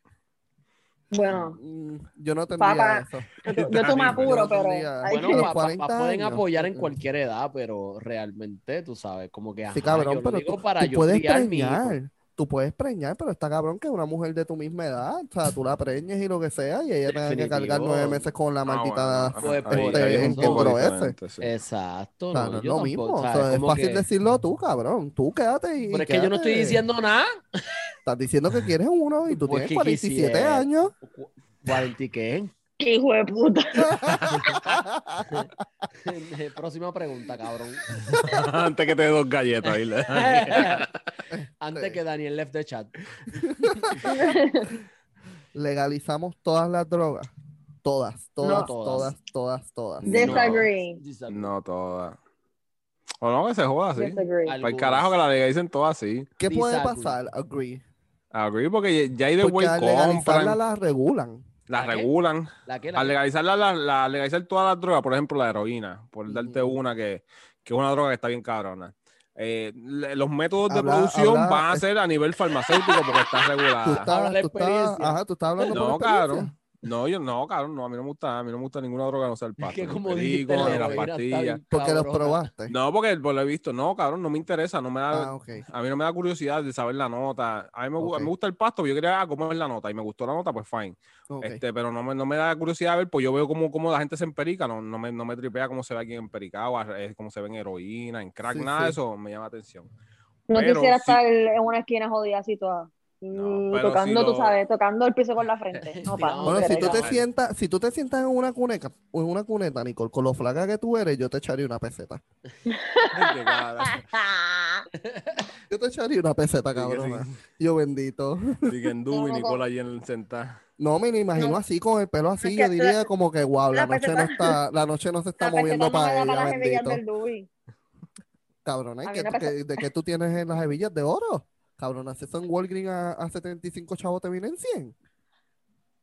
Bueno,
Mm, Yo no tendría
Papá,
eso.
yo, tu- yo tú me
Yo
apuro, pero.
tendría-
hay
Bueno,
que-
los
pa- pa-
40
pa- pueden
años.
apoyar en cualquier edad, pero realmente, tú sabes, como que.
Sí,
ajá,
cabrón,
yo lo
pero
digo
tú,
para
tú
yo
puedes
criar mi hijo.
preñar. Tú puedes preñar, pero está cabrón que una mujer de tu misma edad, o sea, tú la preñes y lo que sea, y ella tenga que cargar
Definitivo.
nueve meses con la maldita.
Ah,
Pues,
ahí-
por
ahí es
eso.
un poco
Pero ese.
diferente, sí.
Exacto.
o sea,
no,
no es
yo
lo
tampoco,
mismo.
o sea,
o sea, es
como
fácil
que-
decirlo tú, cabrón. Tú quédate y.
Pero es que yo no estoy
quédate.
diciendo nada.
Estás diciendo que quieres uno y tú
Pues
tienes
que
47
quisiera.
años.
Cu- ¿Cuarenta y qué?
Hijo de puta.
Próxima pregunta, cabrón.
Antes que te dé dos galletas, dile.
Antes que Daniel left the chat.
Legalizamos todas las drogas. Todas, todas,
No.
todas, todas, todas.
De-
Disagree.
No, toda. O no, que se joda así.
Disagree.
Al-
Para el carajo que la legalicen toda así.
¿Qué puede
Disagree.
pasar? Agree.
Agree, porque ya- ya hay de
Porque
way
al
compran,
legalizarla la regulan.
la
¿La qué?
regulan.
La que la
Al
que-
legalizarla, la, la- legalizar todas las drogas, por ejemplo, la heroína, por darte
Ujú.
una que, que es una droga que está bien cabrona. Eh, le- los métodos de
Habla-
producción
habla-
van a ser a nivel farmacéutico porque está
Tú
regulada.
estás,
Habla la
tú estás,
experiencia.
ajá, tú estás hablando por
No,
experiencia.
cabrón. No, yo no, cabrón, no, a mí no me gusta, a mí no me gusta ninguna droga que no sea el pasto,
que
ni el
como
perico,
dijiste, la
ni las
heroína está
pastillas.
bien
Porque los
cabrona.
probaste.
No, porque pues, lo he visto, no, cabrón, no me interesa, no me da,
Ah, ok.
a mí no me da curiosidad de saber la nota. A mí me, gu-
Ok.
me gusta el pasto, pero yo quería ah, cómo es la nota y me gustó la nota, pues fine.
ok.
Este, pero no me, no me da curiosidad ver, pues yo veo cómo, cómo la gente se emperica, no, no, me, no me tripea cómo se ve aquí en Pericao, eh, cómo se ve en heroína, en crack,
Sí,
nada
sí.
de eso me llama atención.
No
Pero
quisiera
sí-
estar en una esquina jodida así toda.
No,
Mm,
pero
tocando,
si
tú
lo-
sabes, tocando el piso con la frente. No, pa, no
Bueno, si tú te
quiero, cabrón.
Claro.
sientas, si tú te sientas en una cuneta, en una cuneta, Nicole, con lo flaca que tú eres, yo te echaría una peseta.
Qué cara.
Yo te echaría una peseta,
Di que sí,
cabrón. Yo bendito.
di que en Dubi,
No, no,
Nicole allí en el sentar.
No, me lo imagino
No.
así con el pelo así,
Es que
yo
la-
diría como que wow, la
la
noche no
peseta-
está, la noche no se está
La
moviendo
peseta no
para
me da para
ella,
las hebillas
bendito.
del Dewey.
Cabrona, ¿y
A mí
qué-
una peseta-
qué- ¿de qué tú tienes en las hebillas de oro? Cabrona, si son Walgreens a, a 75 chavos te vienen 100.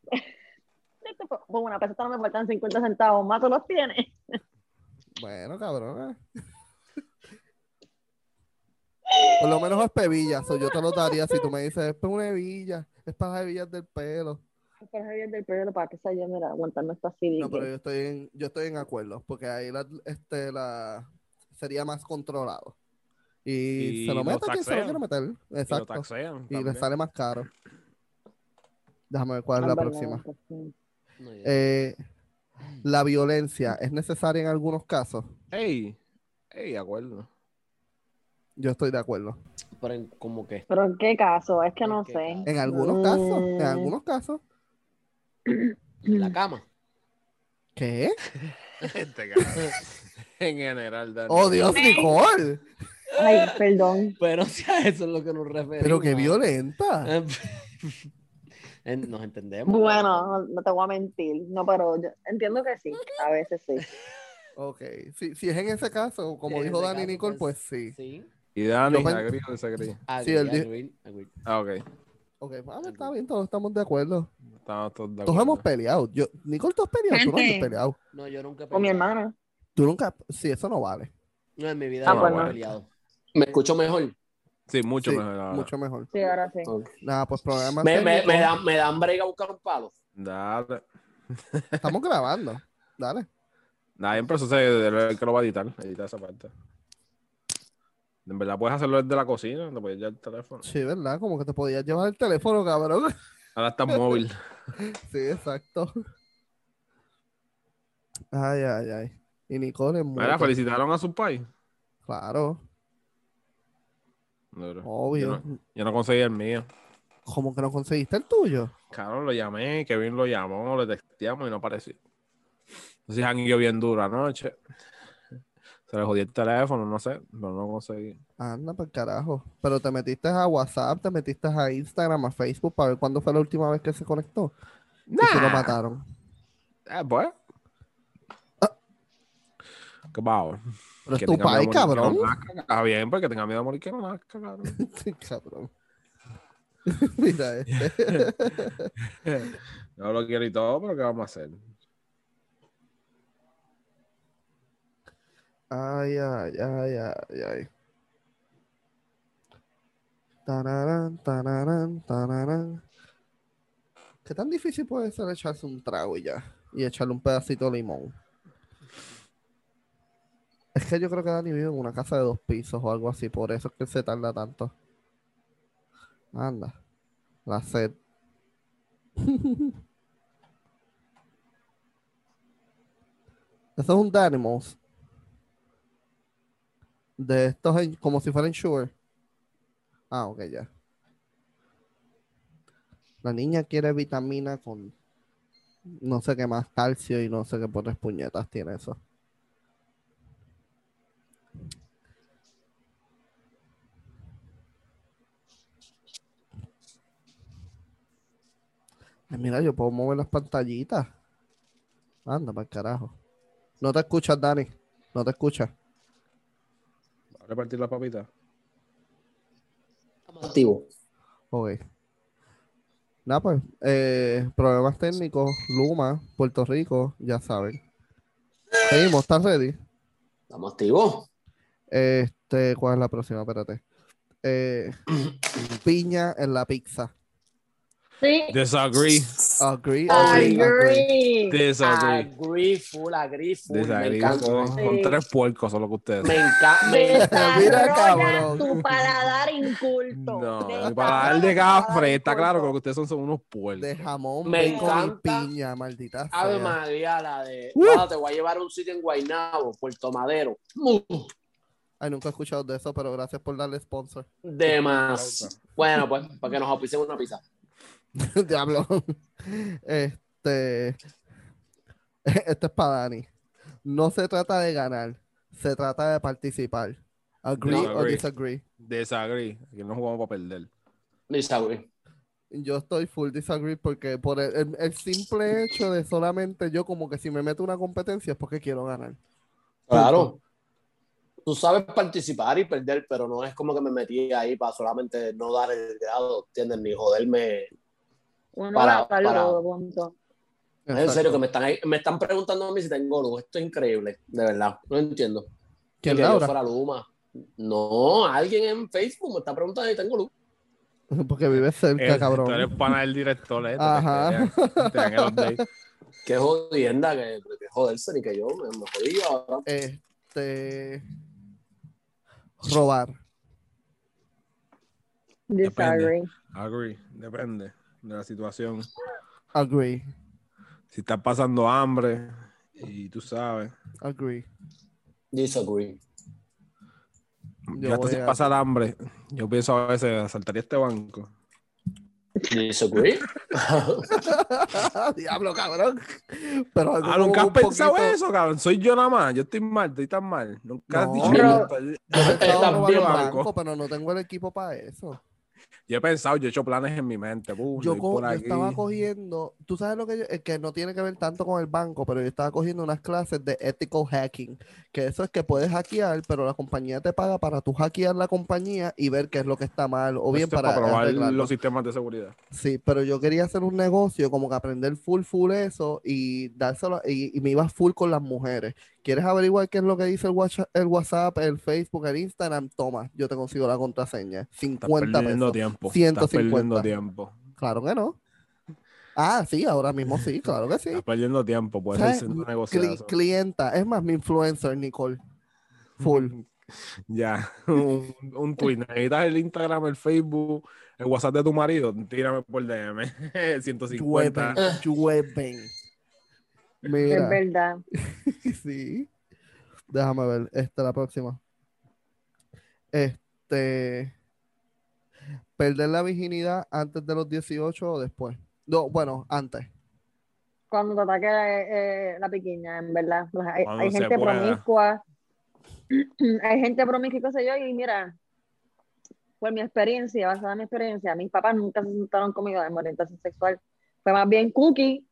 Pues una peseta no me faltan 50 centavos, más tú los tienes.
Bueno, eh. cabrona. Por lo menos es pevillas, o yo te lo daría si tú me dices, es pa' una hebilla, es para las hebillas del pelo.
Pero Javier del Pedro, para que se haya, mira, aguantando esta CD.
No, pero yo estoy en, yo estoy en acuerdo, porque ahí la, este, la, sería más controlado. Y,
Y
se lo
lo
mete a quien se lo quiere
taxean.
meter.
Y lo
Exacto.
taxean.
Y, le
también.
sale más caro. Déjame ver cuál es la próxima.
pues,
No, ya.
Eh, la violencia es necesaria en algunos casos.
Ey, ey, de acuerdo.
Yo estoy de acuerdo.
Pero en- como que
Pero en qué caso, es que
¿En
no
qué
sé.
En algunos casos, en algunos casos.
en la cama.
¿Qué?
Este cara. en general, Dani.
¡Oh, Dios, Nicole!
Ay, perdón.
Pero si a eso es lo que nos referimos.
Pero qué violenta.
En- Nos entendemos.
Bueno, no, no te voy a mentir. No, pero yo entiendo que sí, a veces sí.
Ok. Si, si es en ese caso, como
En
dijo
ese
Dani
caso,
Nicole, pues
pues,
sí.
Sí.
Y Dani,
Yo pen-
agree o disagree.
Sí,
Agree,
él di-
agree, agree.
Ah, ok.
Ok, ah, está bien, todos estamos de acuerdo.
Estamos todos de
Todos
acuerdo.
hemos peleado. Yo, Nicole, tú has peleado, tú no has
Gente.
peleado.
No, yo nunca he
Con mi
peleado.
hermana.
Tú nunca, sí, eso no vale.
No, en mi vida
Ah,
yo
pues
no he
no.
peleado. Me escucho mejor.
Sí, mucho
Sí,
mejor. ahora.
Mucho mejor.
Sí, ahora sí.
Nada, pues programa.
Ah. Me, me,
técnico.
me dan, me dan break a buscar un palo.
Dale.
Estamos grabando. Dale.
Nadie pero eso se- el que lo va a editar, editar esa parte. En verdad puedes hacerlo desde la cocina, te puedes llevar el teléfono.
Sí, ¿verdad? Como que te podías llevar el teléfono, cabrón.
Ahora estás móvil.
Sí, exacto. Ay, ay, ay. Y Nicole es muy.
Mira, felicitaron a su país.
Claro,
No, no.
obvio.
Yo no conseguí el mío.
¿Cómo que no conseguiste el tuyo?
Claro, lo llamé, Kevin lo llamó, le texteamos y no apareció. Entonces han ido bien duro anoche. Se le jodió el teléfono, no sé, pero no conseguí.
Anda, por carajo. Pero te metiste a WhatsApp, te metiste a Instagram, a Facebook para ver cuándo fue la última vez que se conectó. Y que lo mataron.
Eh, pues. ¿Qué pavo?
Pero es
Que
tu
tenga miedo
país,
a morir que no
cabrón.
nazca, Está bien, porque tenga miedo a morir que no nazca, cabrón.
cabrón. Mira este.
No lo quiero y todo, pero ¿qué vamos a hacer?
Ay, ay, ay, ay, ay. Tararán, tararán, tararán. ¿Qué tan difícil puede ser echarse un trago y ya? Y echarle un pedacito de limón. Es que yo creo que Dani vive en una casa de dos pisos o algo así, por eso es que se tarda tanto. Anda, la sed. Eso es un Danimals. De estos, en- como si fueran Shure. Ah, ok, ya. La niña quiere vitamina con no sé qué más, calcio y no sé qué por puñetas tiene eso. Ay, mira, yo puedo mover las pantallitas. Anda, para carajo. No te escuchas, Dani. No te escuchas.
¿Va a repartir las papitas?
Activo.
Ok. Nada, pues, eh, problemas técnicos, Luma, Puerto Rico, ya saben. Seguimos, ¿estás ready?
Estamos activos.
Este, ¿cuál es la próxima? Espérate. Eh, piña en la pizza.
Sí.
Disagree.
Agree, agree, agree.
Agree.
Disagree.
Agree, full, agree, full. Me
Disagree.
encanta.
Son, son
Sí.
tres puercos, solo que ustedes.
Me encanta. me-
Mira,
Desarrolla
cabrón.
tu paladar inculto.
No,
Desarrolla
y para darle
tu paladar
gafre, está
inculto.
claro que lo que ustedes son, son unos puercos.
De jamón, bacon
Me
y
encanta.
piña, maldita
Ave
sea.
María, la de.
Uh.
"Ah, te voy a llevar a un sitio en Guaynabo, Puerto Madero. Uh,
Ay, nunca he escuchado de eso, pero gracias por darle sponsor.
De más. Bueno, pues, para que nos auspicien una pizza.
Diablo. Este. Este es para Dani. No se trata de ganar, se trata de participar. Agree
No,
or
agree.
disagree.
Disagree. Aquí no jugamos para perder.
Disagree.
Yo estoy full disagree porque por el, el- el simple hecho de solamente yo como que si me meto una competencia es porque quiero ganar.
Claro. Tú sabes participar y perder, pero no es como que me metí ahí para solamente no dar el grado, ¿entiendes? Ni joderme.
Uno
Para-
va a darlo
para-
todo, punto.
En serio, que me están, ahí- me están preguntando a mí si tengo luz. Esto es increíble, de verdad. No entiendo.
¿Quién,
que yo
Laura?
fuera Luma. No, alguien en Facebook me está preguntando si tengo luz.
Porque vive cerca,
Eh, Tú eres
cabrón.
pana del director, eh.
Ajá.
Te- te- te dan el update.
Qué jodienda, que, que joderse, ni que yo me, me jodí
Ah,
ahora.
Este. Robar.
Disagree.
Agree. Depende de la situación.
Agree.
Si estás pasando hambre y tú sabes.
Agree.
Disagree.
Yo
ya hasta
voy
sin
a-
pasar hambre. Yo pienso a veces asaltaría este banco.
Disagree.
Diablo, cabrón. Pero algo
Ah, nunca
como
has
un
pensado
poquito-
eso, cabrón. Soy yo nada más. Yo estoy mal, estoy tan mal. Nunca
No.
has dicho
Pero-
yo estoy-
Yo he pensado
Estás
robar
bien,
un
Ah, Marco.
banco, pero no tengo el equipo para eso.
Yo he pensado, yo he hecho planes en mi mente. Uh,
Yo,
voy
co-
por
yo
aquí.
estaba cogiendo, tú sabes lo que yo, es que no tiene que ver tanto con el banco, pero yo estaba cogiendo unas clases de ethical hacking, que eso es que puedes hackear, pero la compañía te paga para tú hackear la compañía y ver qué es lo que está mal, o bien
Pues Esto es
para,
probar
arreglarlo.
los sistemas de seguridad.
Sí, pero yo quería hacer un negocio, como que aprender full, full eso y dárselo, y, y me iba full con las mujeres. ¿Quieres averiguar qué es lo que dice el WhatsApp, el, WhatsApp, el Facebook, el Instagram? Toma, yo te consigo la contraseña.
Estás
50
perdiendo
pesos.
tiempo.
150.
Estás perdiendo tiempo.
Claro que no. Ah, sí, ahora mismo sí, claro que sí.
Estás perdiendo tiempo. Puedes
¿Sabes?
irse a negociar.
Cli- clienta, es más, mi influencer, Nicole. Full.
Ya, un, un tweet. Necesitas el Instagram, el Facebook, el WhatsApp de tu marido. Tírame por DM. 150.
Llueven, llueven.
Es
Mira,
verdad.
sí. Déjame ver, esta la próxima. Este. Perder la virginidad antes de los 18 o después. No, bueno, antes.
Cuando te ataque eh, eh, la piquiña, en verdad. Los- hay,
Cuando
hay
se
gente
pueda.
promiscua. hay gente promiscua, y qué sé yo, y mira, por mi experiencia, basada en mi experiencia, mis papás nunca se sentaron conmigo de mi orientación sexual. Fue más bien cookie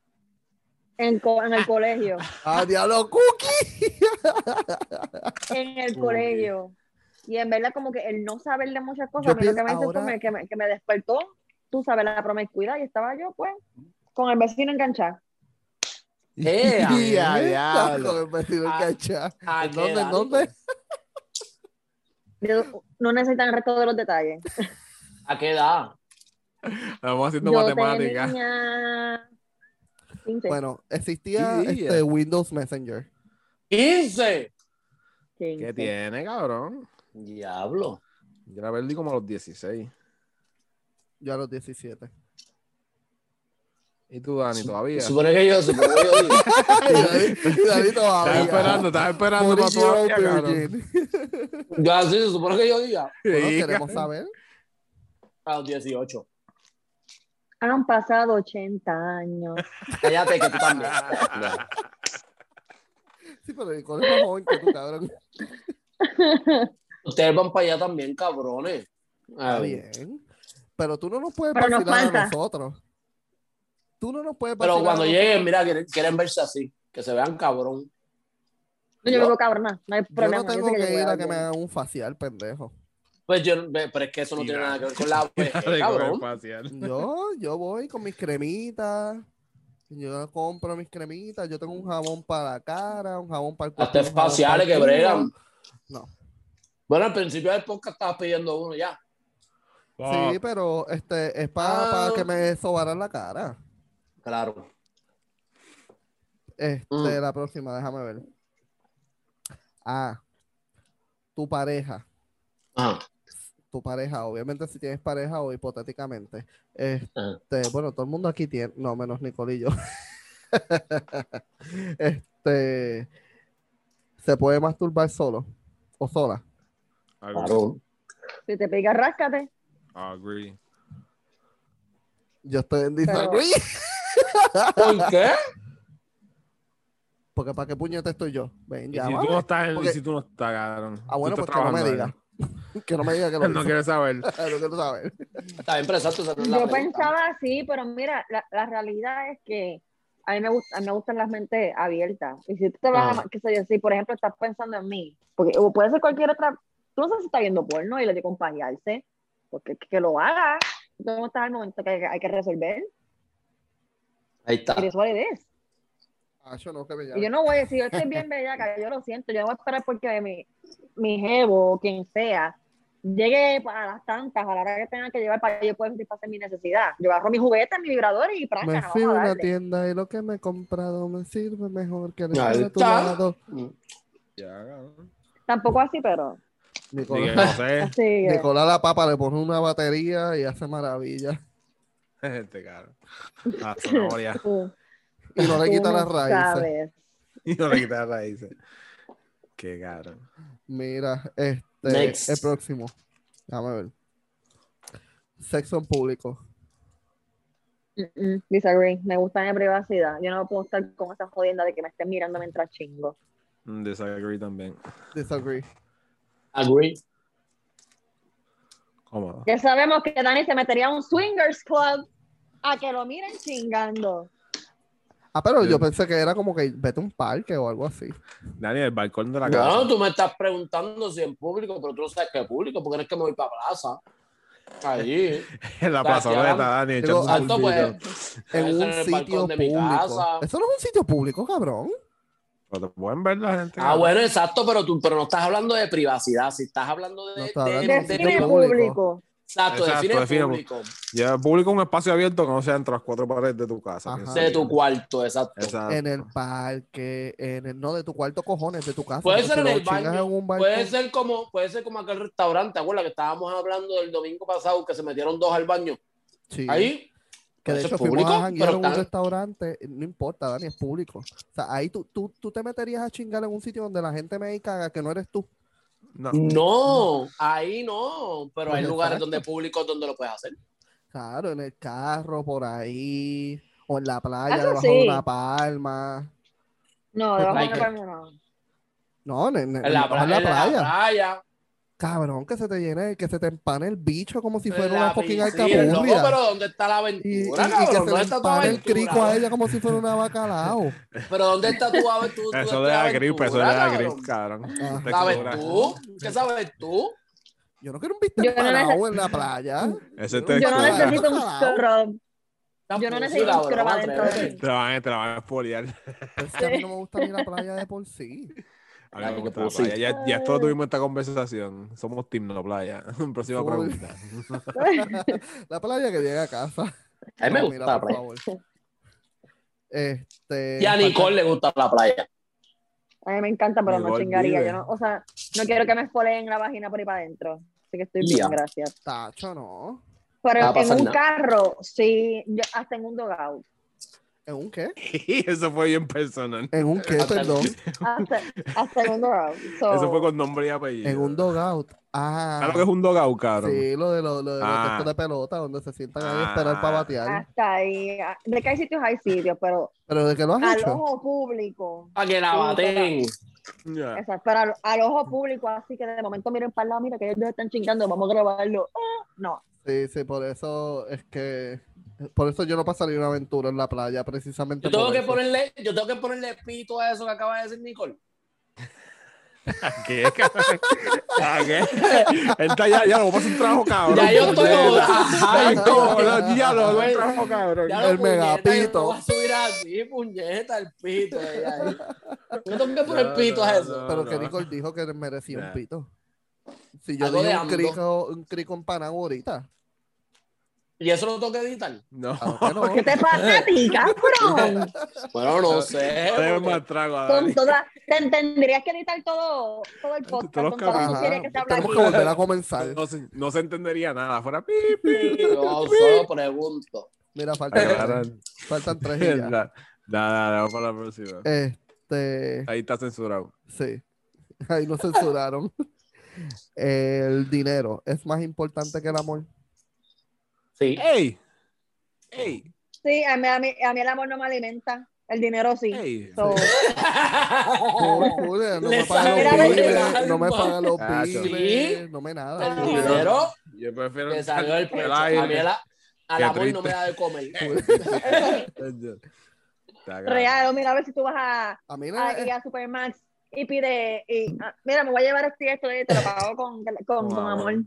en, co- en el colegio.
¡Ah, diablo, cookie!
en el
Uy.
colegio. Y en verdad, como que el no saber de muchas
Yo
cosas, a mí lo que me
pienso
hizo fue
ahora-
me- que me, que me despertó, tú sabes, la promiscuidad, y estaba yo, pues, con el vecino enganchado.
¡Eh, a
Y
mierda!
ahí está, con el vestido
Ah,
enganchado.
¿A
¿En
qué
dónde, en
edad,
dónde?
Nico?
Yo- No necesitan el resto de los detalles.
¿A qué edad?
Vamos haciendo
yo
matemáticas.
tenía 15.
Bueno, existía
Sí,
este Windows Messenger.
15.
15.
¿Qué tiene, cabrón?
Diablo.
Yo la perdí como a los 16.
Yo a los 17.
¿Y tú, Dani, todavía?
Supone que yo, supone que yo. digo.
Y David- y David todavía.
Estás esperando, estás esperando para
Original
todavía, cabrón.
Virgin.
Yo así, se supone que yo diga.
Bueno,
Sí,
queremos saber.
A los 18.
Han pasado 80 años.
Cállate que tú también.
Sí, pero Nicole es más joven que tú, cabrón.
Ustedes van para allá también, cabrones.
Está
Ay,
bien. Pero tú no nos puedes
Pero nos
vacilar a
falta.
nosotros. Tú Pues no nos puedes
Pero
vacilar
cuando
a
lleguen, mira, quieren, quieren verse así. Que se vean cabrón.
No, yo me veo cabrona, no hay
nosotros.
problema.
Yo no
yo
tengo
sé
que
yo voy
ir a
dar
que me
bien.
hagan un facial, pendejo.
Pues yo, ve, pero es que eso no tiene
Tira.
nada que ver con la
Tira
OVG,
de coger
cabrón.
facial.
Yo, yo voy con mis cremitas. Yo compro mis cremitas. Yo tengo un jabón para la cara, un jabón para el
Hasta
un jabón
faciales
para el
que bregan.
culo.
Bueno, al principio del podcast estabas pidiendo uno ya.
Sí, pero este es para,
Ah.
que me sobaran la cara.
Claro.
Este,
Mm.
la próxima, déjame ver. Ah, tu pareja.
Ajá.
tu pareja, obviamente si tienes pareja o hipotéticamente.
Ah.
Este, bueno, todo el mundo aquí tiene, no menos Nicolillo. este se puede masturbar solo o sola.
Agree.
Claro.
Si te pica, ráscate.
Agree.
Yo estoy en disagree,
¿Por qué?
porque para qué puñete estoy yo. Ven,
Y
ya
si
va.
tú no estás, en-
porque-
si tú no estás, cabrón.
Ah, bueno,
tú
pues
estás
que no me
trabajando
diga. que no me diga que lo
ahí. No
hizo.
quiero saber.
No quiero saber.
Está bien, pero exacto, esa no es la
Yo
pregunta.
pensaba así, pero mira, la, la realidad es que a mí, me gust- a mí me gustan las mentes abiertas. Y si tú te vas, a-
Ah.
qué sé yo, si por ejemplo estás pensando en mí, porque o puede ser cualquier otra, tú no sabes si está viendo porno y le llega a acompañarse, porque que, que lo haga. Tú no estás al momento que hay, hay que resolver.
Ahí está.
Y eso es.
Ah, yo no, que me
Y yo
llame.
no voy a decir, yo estoy bien bellaca, yo lo siento, yo no voy a esperar porque mi, mi jevo o quien sea llegue a las tantas, a la hora que tenga que llevar para yo poder satisfacer mi necesidad. Yo agarro mis juguetes, mi vibrador y práctica,
Me
vamos
fui a
a
una
darle.
tienda y lo que me he comprado me sirve mejor que el
Ahí
estar a tu
está.
lado.
Ya, cabrón.
Tampoco así, pero
Ni que
Nicolás,
no sé.
así. eh, que-
Nicolás la papa le pone una batería y hace maravillas.
Este cabrón. Ah, zanahoria.
tú-
Y no le
tú
quita
no
las raíces.
sabes.
Y no le quitas raíces. Qué cabrón.
Mira, este,
Next.
el próximo. Déjame ver. Sexo en público.
Mm-mm, disagree. Me gusta mi privacidad. Yo no puedo estar con esa jodienda de que me estén mirando mientras chingo.
Mm, Disagree también.
Disagree.
Agree.
Cómodo.
Ya sabemos que Dani se metería a un swingers club a que lo miren chingando.
Ah, pero
Sí.
yo pensé que era como que vete a un parque o algo así.
Ah,
Daniel, el balcón de la casa.
No, tú me estás preguntando si en público, pero tú no sabes qué público, porque no es que me voy para plaza. Allí.
En la
Está
plazoleta,
quedando.
Daniel.
Digo,
echando un
Alto,
silbido.
pues.
En
puede
un
ser el
sitio
balcón de mi
público.
casa.
Eso no es un sitio público, cabrón.
Pero te pueden ver la gente.
Ah, bueno, exacto, pero tú pero no estás hablando de privacidad, si estás hablando de.
No estás
de-
hablando
de-
De
Pero
de-
cine
no
público.
público.
exacto, de
Exacto,
cine
de cine
público.
Ya publica un espacio abierto que no sea entre las cuatro paredes de tu casa.
Ajá.
que sea-
De tu cuarto, exacto.
Exacto.
En el parque, en el, no de tu cuarto cojones, de tu casa.
Puede
porque
ser
si
en
lo
el
chingas
baño,
en un balcón-
Puede ser como, puede ser como aquel restaurante, ¿te acuerdas que estábamos hablando del domingo pasado que se metieron dos al baño?
Sí.
Ahí,
Que de
Eso es
hecho fuimos
público,
a janguear
pero
en un
está-
restaurante, eh, no importa, Dani, es público. O sea, ahí tú, tú, tú te meterías a chingar en un sitio donde la gente me caga que no eres tú.
No.
no, ahí no, pero
Pues
hay lugares
exacto.
donde público donde lo puedes hacer.
Claro, en el carro, por ahí, o en la playa,
Eso
debajo
sí.
de una palma.
No, debajo de
Michael.
una palma no.
No, en, en-
En la,
debajo de
pla- en la playa.
Cabrón, que se te llene, que se te empane el bicho como si
en
fuera
la
una fucking
piscina. Loco,
alcapurria.
pero ¿dónde está la aventura,
Y, y- y que
cabrón?
se
¿Dónde
le
está tu
empane el
aventura?
crico a ella como si fuera una bacalao.
Pero ¿dónde está tu aventura?
Eso le da grip, eso le da
aventura,
grip, cabrón.
Ajá.
Te
¿Sabes
cura.
tú? ¿Qué sabes tú?
Yo no quiero un bistec
Yo no
empanado en la playa.
Ese te
Yo no
Claro.
cura.
necesito un scrub.
Estás
Yo no necesito
púsula,
un
cabrón,
scrub adentro de
atrévete.
mí.
Te la van, te la van a espolear.
Pero es que a mí no me gusta ir a la playa de por sí.
A mí me
Ay,
gusta
qué
la
pussy.
playa. Ya, ya esto tuvimos esta conversación. Somos team no playa. Próxima
Uy.
pregunta.
La playa que llega a casa.
A mí me
No,
gusta pues.
mira,
la
por
playa.
favor. Este.
Y a Nicole le gusta la playa.
A mí me encanta, pero no
Igual
chingaría.
vive.
Yo no, o sea, no quiero que me espoleen la vagina por ahí para adentro. Así que estoy
Ya.
bien, gracias.
Tacho, no.
Pero
No va a
en
pasar
un
nada.
carro, sí, yo- hasta en un dogado.
¿En un qué?
Eso fue bien personal.
En un qué,
Hasta-
perdón.
Hasta, hasta en un dogado. So,
Eso fue con nombre y apellido.
En un dogout.
¿Sabes lo que es
Ah.
un dogout, cabrón?
Sí, lo de, lo, lo de los
Ah.
textos de pelota, donde se sientan ahí a esperar
Ah.
para batear.
hasta ahí. De que hay sitios, hay sitios, pero
Pero de que lo has
al
hecho.
ojo público.
Para que la
Sí,
baten. Ah.
Ya.
Exacto, pero al, al ojo público, así que de momento miren para el lado, mira que ellos están chingando, vamos a grabarlo. Ah, no,
Sí, sí, por eso es que. Por eso yo no pasaría una aventura en la playa, precisamente.
Yo tengo
por
que
eso.
ponerle, yo tengo que ponerle pito a eso que acaba de decir Nicole.
¿A qué, cabrón? ¿A qué? Él está ya, ya, lo voy a hacer un trabajo, cabrón.
Ya yo estoy como-
Ajá,
Ya
como,
yo-
no, diablo, voy a hacer un trabajo, cabrón.
Ya lo,
El
puñeta,
megapito.
yo no voy a subir así, puñeta, el pito. ahí, ahí. No tengo que poner
No,
pito a
no,
eso.
no,
Pero
no.
que Nicole dijo que merecía
Ya.
un pito. Si yo
Algo de
dije un
ambos.
crico, un crico empanado ahorita.
Y eso lo tengo que editar.
No.
Claro que no.
¿Qué te pasa a ti, cabrón?
Bueno, no sé.
Dame más trago a
Con
Dani.
toda, te- tendrías que editar todo, todo el podcast,
Todos los
con todas las
Ajá.
mujeres que se habla
Tenemos
aquí.
que volver a comenzar.
No se, no se entendería nada. Fuera pi,
porque
pi.
Yo solo pregunto.
Mira, faltan,
Aclaran.
faltan tres y ya.
Nada, nada, nada, para la próxima.
Este,
Ahí está censurado.
sí. Ahí nos censuraron. El dinero es más importante que el amor.
Sí.
¡Ey! ¡Ey!
Sí, a mí, a, mí, a mí el amor no me alimenta, el dinero sí.
¡Ey!
So,
Joder, no
Le
me paga
sale
los
de
pibes,
bajar
no me
el
paga los
Ah,
pibes, no me nada.
El
Ah.
dinero
Yo prefiero.
le salió el pecho. A mí la- al
Qué
amor no
triste.
me da de comer.
real, mira, a ver si tú vas a,
A mí
a,
nada.
ir a Supermax y pide, y, ah, mira, me voy a llevar este y esto y te lo pago con, con, con amor.
Con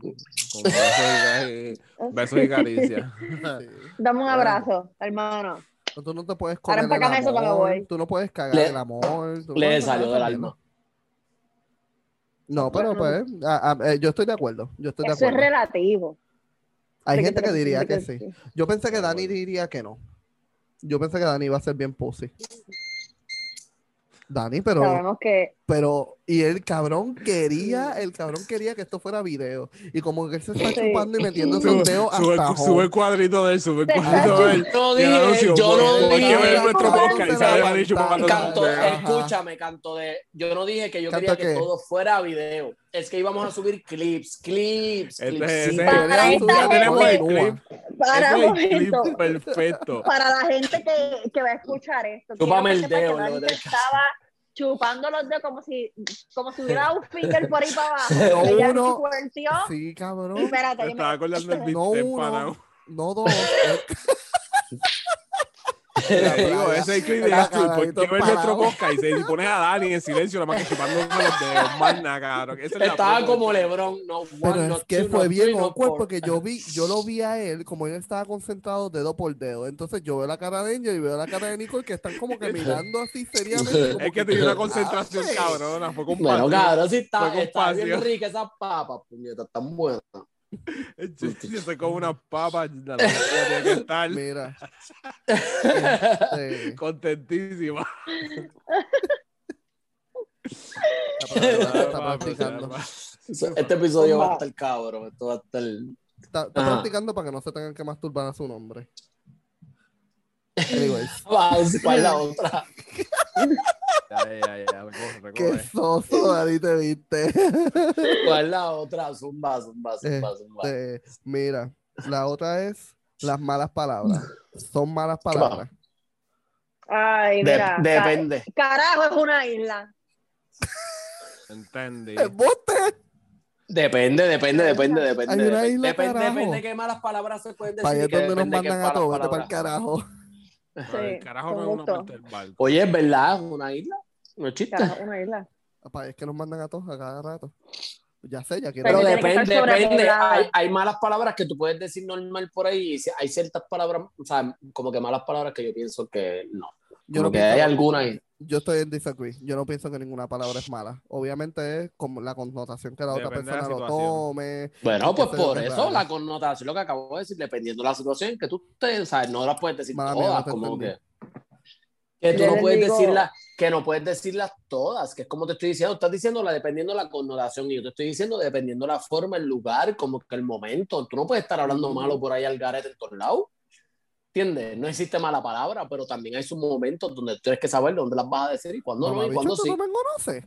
besos y, besos y caricias.
Dame un abrazo, hermano.
Tú no te puedes comer el
empácame eso cuando
amor,
voy.
tú no puedes cagar
Le-
el amor. tú no
Le
puedes
salió
hacer
del
esa
alma.
mierda. No, pero pues, a- a- eh, yo estoy de acuerdo, yo estoy de
Eso es
acuerdo.
relativo.
Hay
De
gente que
te-
diría
de
que sí. Yo pensé que
Pero
Dani
bueno.
diría que no. Yo pensé que Dani iba a ser bien pussy. Dani, pero,
Sabemos que
pero, y el cabrón quería, el cabrón quería que esto fuera video. Y como que él se está
Sí.
chupando y metiendo su dedo
Sube,
hasta
sube el cuadrito de él, sube el
Te estás
cuadrito de él. Y
No
el
dije, eh,
anuncio,
yo
porque-
no
porque
dije.
ve nuestro
Canto-
podcast y sale Dani chupando
Canto,
su dedo.
escúchame, canto de. Yo no dije que yo
¿Canto
quería que
qué?
todo fuera video. Es que íbamos a subir clips, clips,
Este es-
clips.
ese-
Para esta
ya tenemos el
gente.
clip.
para
Ese
un
es el
momento,
clip perfecto.
para la gente que, que va a escuchar esto,
Chúpame
quiero que sepa
el dedo,
que
lo
Dani
del-
estaba chupando los dedos como si, como si hubiera un finger por ahí para abajo.
No,
Ella se
uno.
cuertió.
Sí,
Y
cabrón.
espérate,
Me
yo me-
estaba acordando del
No
bistec
uno.
empanado.
No dos. eh,
Te digo, ese es el clip de
Era
Astrid,
cagadito
porque ves nuestro
parado.
podcast y se y pones a Dani en silencio, nada más que chupando los dedos, más nada, cabrón. Esa es la
Estaba
promo.
como Lebron. No, one,
Pero
not
es que
two,
fue
not three,
bien
not
awkward
four.
porque yo vi, yo lo vi a él, como él estaba concentrado dedo por dedo. Entonces yo veo la cara de Angel y veo la cara de Nicole que están como que mirando así seriamente. como
Es que tenía una concentración cabrona, fue con
Bueno,
pasión.
cabrón, sí
Fue
está,
con
está bien
pasión.
rica esas papas, puñeta, tan buenas.
Yo soy como una papa, la la- la tiene que estar
Mira. Este,
contentísima.
está practicando, está practicando.
Este episodio va a estar cabrón, esto va a estar...
Está, está
Ajá.
practicando para que no se tengan que masturbar a su nombre. Anyways,
Vamos para la otra.
Ya, ya, ya, recoge,
qué
recoge.
soso, Dani, te viste.
¿Cuál es la otra? Zumba, zumba,
Eh,
zumba, zumba.
Este, mira, la otra es las malas palabras. Son malas palabras.
Ay,
De-
mira. ca-
depende.
Carajo, es una isla.
Entendí.
Eh, bote.
Depende, depende, depende, depende.
Hay una
depende.
isla,
depende,
carajo.
depende de qué malas palabras se pueden decir.
Para allá
y
es
que
donde nos
depende de qué
mandan a
malas
todos, vete para el
palabras.
carajo.
El carajo no es
con
una
gusto.
parte del barco.
Oye, es verdad, una isla. No es chiste.
Carajo, es una isla.
Papá, es que nos mandan a todos a cada rato. Ya sé, ya quiero.
Pero
Pero
tiene que
depende,
estar
depende.
sobrepoblada.
Hay, hay malas palabras que tú puedes decir normal por ahí. y si- Hay ciertas palabras, o sea, como que malas palabras que yo pienso que no.
yo,
Como
no
que
pienso-
hay algunas. ahí.
yo estoy en disagree. Yo no pienso que ninguna palabra es mala. Obviamente es como la connotación que la otra
Depende de la
persona lo
situación.
tome.
Bueno, pues
Entonces,
por
es
eso
raro.
la connotación, lo que acabo de decir, dependiendo de la situación que tú te, o sea, no las puedes decir
Mala mía,
todas,
no te
como que.
entendí.
Que tú
Yo
no
les
puedes
digo-
decirlas, que no puedes decirlas todas, que es como te estoy diciendo, estás diciéndola dependiendo de la connotación, y yo te estoy diciendo dependiendo de la forma, el lugar, como que el momento. Tú no puedes estar hablando malo por ahí al garete en todos lados. ¿Entiendes? No existe mala palabra, pero también hay sus momentos donde tú tienes que saber dónde las vas a decir y cuándo no,
Mamá,
y
bicho,
cuándo
tú
sí.
no me conoces.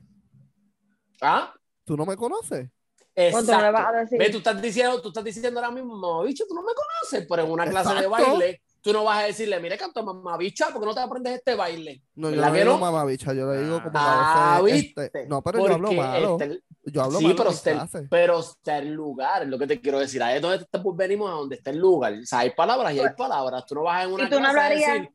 ¿Ah?
Tú no me conoces.
¿Cuánto me
Exacto.
vas a decir?
Ve, tú estás diciendo, tú estás diciendo ahora mismo, mamabicho, tú no me conoces, pero en una clase de
Exacto.
baile, tú no vas a decirle, mire, canto mamabicha, porque no te aprendes este baile.
No, yo
¿Verdad
no
que
le digo
no?
mamá bicha, yo le digo como
Ah,
a veces.
¿viste?
este, no, pero yo hablo
Porque este-
malo.
está el-
Yo hablo
Sí,
malo.
pero este-
en mis
usted-
clases.
pero está el lugar, es lo que te quiero decir. Ahí es donde te- pues, venimos a donde está el lugar. O sea, hay palabras y
Pues,
hay palabras. Tú no vas en una
Y tú no
clase a
hablarías-
decir,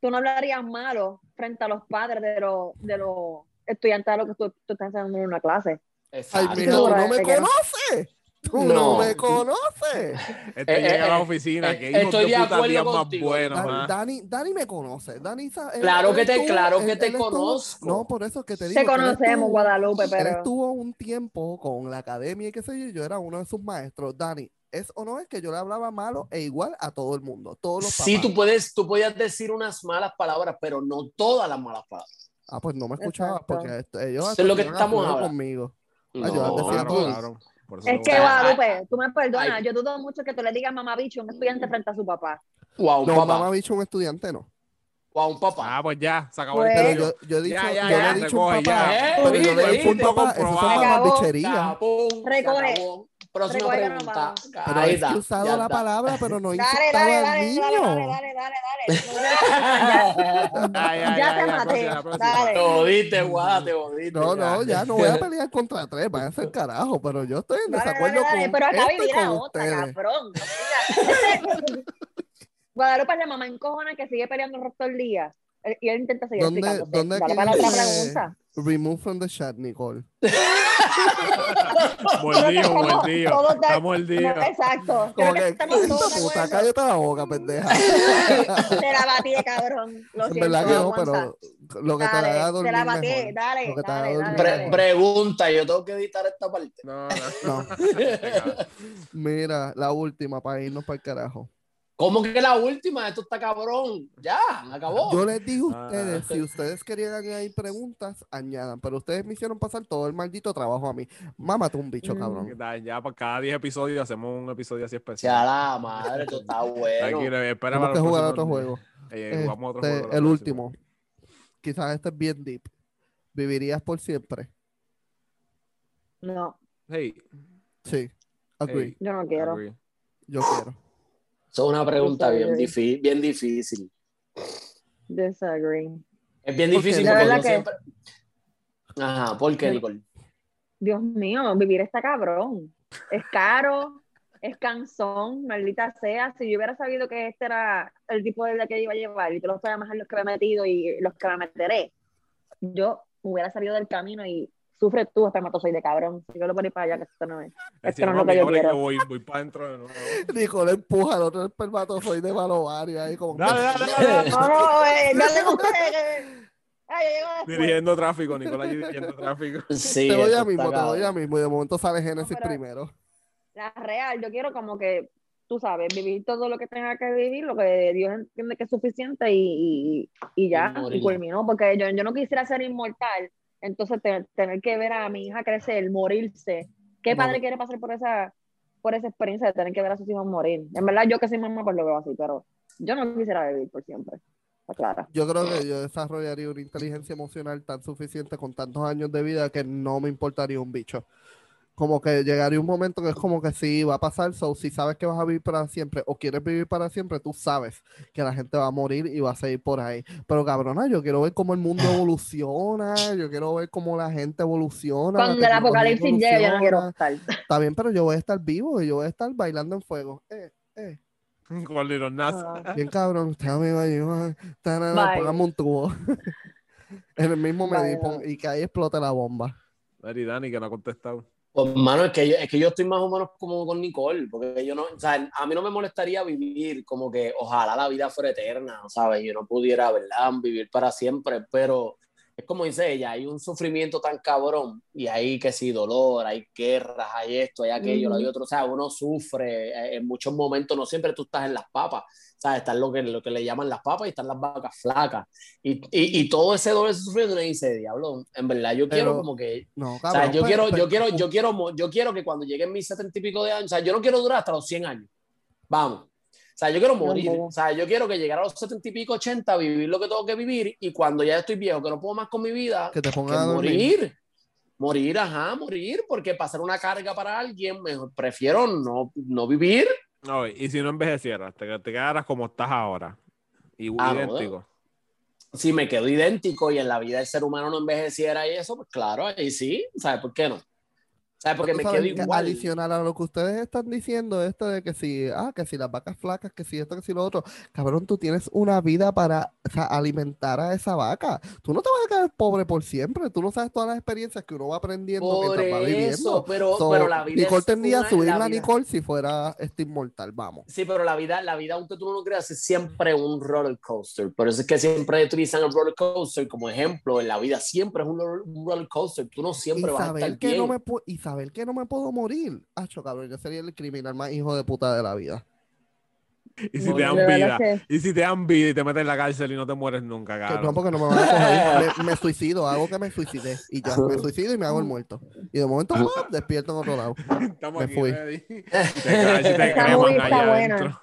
Tú no hablarías malo frente a los padres de los, de los, estudiante de lo que tú, tú estás haciendo en una clase.
Ay,
Exacto.
mija, tú no me
Seguramente que no.
conoces. Tú no,
Ah, No.
me conoces.
Este
Eh,
llega
eh,
a la
eh,
oficina.
eh,
que hijos
estoy
de
de
puta
acuerdo
días más
contigo.
buenos,
Dani,
man.
Dani, Dani me conoce. Dani sa- él-
Claro
él
que te-
estuvo-
claro que
él-
te
él estuvo-
conozco.
No, por eso es que te digo.
Te
que él
conocemos,
estuvo-
Guadalupe,
Él
pero
estuvo un tiempo con la academia y qué sé yo, yo era uno de sus maestros. Dani, ¿es o no es que yo le hablaba malo e igual a todo el mundo? Todos los
Sí,
papás.
tú puedes, tú podías decir unas malas palabras, pero no todas las malas palabras.
Ah, pues no me escuchabas
Exacto.
porque esto- ellos
Eso es lo que
estuvieron a
estamos
fuego
hablando.
conmigo.
No,
Ay, yo antes decía
Claro,
todo.
claro. Por eso te
es que
Ay,
gusta.
Guadalupe, tú me perdonas,
ay.
yo dudo mucho que tú le digas mamá bicho a un estudiante frente a su papá.
o a un
No,
papá,
mamá bicho un estudiante, no.
o a un papá.
Ah, pues ya, se acabó el
Pues-
Pero
pelo.
yo, yo he dicho,
Ya, ya,
yo le
ya,
he dicho
recoge,
un papá,
ya.
pero yo le
Eh,
he dicho un
viste,
papá, eso son
comprobado.
mamás
Capón, se
Recoge.
acabó. Próxima
Recoge,
pregunta.
mamá.
Pero
Ahí
he
está,
usado
ya
la
está.
palabra, pero no he
Dale,
insultado
dale,
al
dale, dale,
pues, niño.
dale, dale, dale, dale.
Ya, ya, ya,
Ya te
ya,
maté,
próxima, próxima.
dale.
Te jodiste, guada, te jodiste.
No, no, ya no voy a pelear contra tres, van a ser carajo, pero yo estoy en
Dale,
desacuerdo
dale, dale,
con
pero acá
esto y
vivir la
con
otra,
ustedes.
cabrón. Mira. Guadalupe es la mamá encojona que sigue peleando el resto del día. Él- Y él intenta seguir
¿Dónde-
explicándose.
dónde
Dale para la
quieres
otra
que-
pregunta.
Remove from the chat, Nicole.
Mordido,
Todos
mordido.
todos de-
Está mordido.
No, exacto. Creo
Como
que
que,
estamos todos de
puta,
acuerdo.
cállate la boca, pendeja.
Te la batí de cabrón. Lo
en
siento,
verdad que no,
aguanta.
pero lo que te
Dale,
haga
te
dormir
la batí,
mejor.
dale,
Lo que te haga
dale,
dormir
dale,
Pre-
dale.
pregunta, yo tengo que editar esta parte.
No, no.
No.
Venga.
Mira, la última para irnos para el carajo.
¿Cómo que la última? Esto está cabrón. Ya, acabó.
Yo les dije a
Ah.
ustedes, si ustedes querían añadir preguntas, añadan, pero ustedes me hicieron pasar todo el maldito trabajo a mí. Mámate un bicho,
Mm.
cabrón.
Da- Ya para cada 10 episodios hacemos un episodio así
Ya
especial.
la madre, esto está bueno.
Tranquilo, espera
Tenemos
para
que
los
jugar a
próximos
otro
días.
juego.
Eh, jugamos otro
Este,
juego la
el
próxima.
último. Quizás este es bien deep. ¿Vivirías por siempre?
No,
Hey,
Sí. Agree.
hey,
yo no quiero.
agree.
Yo quiero.
Eso es una pregunta bien,
Disagree.
difí- bien difícil.
Disagree.
Es bien
¿Por qué?
difícil
La
porque
verdad
yo
que-
siempre... Ajá, ¿por qué, Nicole?
Dios mío, vivir está cabrón. Es caro, es cansón, maldita sea. Si yo hubiera sabido que este era el tipo de vida que iba a llevar y que los programas en los que me he metido y los que me meteré, yo hubiera salido del camino y sufre tú, espermatozoide de cabrón. Si yo lo ponía para allá, que esto no es.
Decía,
no es lo
mami,
que yo
ahora que
quiero.
voy, voy para adentro de nuevo.
Nicole empuja al otro espermatozoide para el ovario ahí como... que-
Dale, dale, dale, dale.
No, no, eh, no le gusta. eh, Ay, yo llego después.
Dirigiendo tráfico, Nicolás dirigiendo tráfico.
Sí,
Te voy
esto
ya
está
mismo, te voy
cabrón.
ya mismo. Y de momento sale Génesis
pero-
primero.
La real, yo quiero como que, tú sabes, vivir todo lo que tenga que vivir, lo que Dios entiende que es suficiente y, y, y ya,
Y morir.
y culminó, porque yo, yo no quisiera ser inmortal, entonces te- tener que ver a mi hija crecer, morirse. ¿Qué
No.
padre quiere pasar por esa, por esa experiencia de tener que ver a sus hijos morir? En verdad, yo que soy mamá, pues lo veo así, pero yo no quisiera vivir por siempre. Está clara.
Yo creo que yo desarrollaría una inteligencia emocional tan suficiente con tantos años de vida que no me importaría un bicho. Como que llegaría un momento que es como que sí, va a pasar, so si sabes que vas a vivir para siempre o quieres vivir para siempre, tú sabes que la gente va a morir y va a seguir por ahí. Pero cabrona, yo quiero ver cómo el mundo
Ah.
evoluciona, yo quiero ver cómo la gente evoluciona. la
Cuando el
tecnología
apocalipsis llegue, yo no quiero
evoluciona.
estar.
Está bien, pero yo voy a estar vivo y yo voy a estar bailando en fuego. Eh, eh.
Con Little Nas.
Ah.
Bien cabrón, usted me va a llevar. Tarara,
Bye.
Póngame un tubo. en el mismo
Bye,
medio y pon- y que ahí explote la bomba.
Dani, Dani, que no ha contestado.
Pues, mano, es que, yo, es que yo estoy más o menos como con Nicole, porque yo no, o sea, a mí no me molestaría vivir como que ojalá la vida fuera eterna, ¿sabes? Yo no pudiera, ¿verdad? Vivir para siempre, pero es como dice ella, hay un sufrimiento tan cabrón y hay que si dolor, hay guerras, hay esto, hay aquello,
Ujú.
hay otro, o sea, uno sufre eh, en muchos momentos, no siempre tú estás en las papas, ¿sabes? Están lo que, lo que le llaman las papas y están las vacas flacas. Y, y, y todo ese dolor, ese sufrimiento, uno dice, diablo, en verdad yo quiero
Pero-
como que
No, cabrón.
o
pues,
sea, yo
pero-
quiero,
pero-
yo quiero, yo quiero, mo- yo quiero que cuando lleguen mis setenta y pico de años, o sea, yo no quiero durar hasta los 100 años. Vamos. O sea, yo quiero morir.
bobo.
O sea, yo quiero que llegar a los setenta y pico, 80, vivir lo que tengo que vivir y cuando ya estoy viejo, que no puedo más con mi vida,
Que te
que
pongan a dormir.
morir. Morir, ajá, morir, porque pasar una carga para alguien, mejor prefiero no, no vivir.
No, y si no envejecieras, te, te quedaras como estás ahora. Y
Ah, no,
idéntico.
Si me quedo idéntico y en la vida el ser humano no envejeciera y eso, pues claro, ahí sí, ¿sabes por qué no? O ¿Sabes? Porque
Tú
me
sabes
quedo
que
igual.
Adicional a lo que ustedes están diciendo, esto de que si, ah, que si las vacas flacas, que si esto, que si lo otro. Cabrón, tú tienes una vida para o sea, alimentar a esa vaca. Tú no te vas a quedar pobre por siempre. Tú no sabes todas las experiencias que uno va aprendiendo
Por
mientras va
eso,
viviendo.
pero,
So,
pero la vida
Nicole
es
tendría
una-
a subirla
la
a
vida-
Nicole si fuera este inmortal, vamos.
Sí, pero la vida, la vida, aunque tú no lo creas, es siempre un roller coaster. Por eso es que siempre utilizan el roller coaster como ejemplo. En la vida siempre es un roller, un roller coaster. Tú no siempre vas a
Isabel
estar
que,
bien.
no me pu- y saber que no me puedo morir. Acho, cabrón, yo sería el criminal más hijo de puta de la vida.
Y si
No,
te
de
dan
verdad
vida.
que-
Y si te dan vida y te meten en la cárcel y no te mueres nunca,
Que
cabrón.
no, pues, porque no me van a coger. Me, me suicido, hago que me suicidé. Y ya, me suicido y me hago el muerto. Y de momento, ¡pum!, despierto en otro lado.
Estamos
Me
aquí,
fui.
ready. Te creman- te
Esa
creman
movie está
allá
buena.
adentro.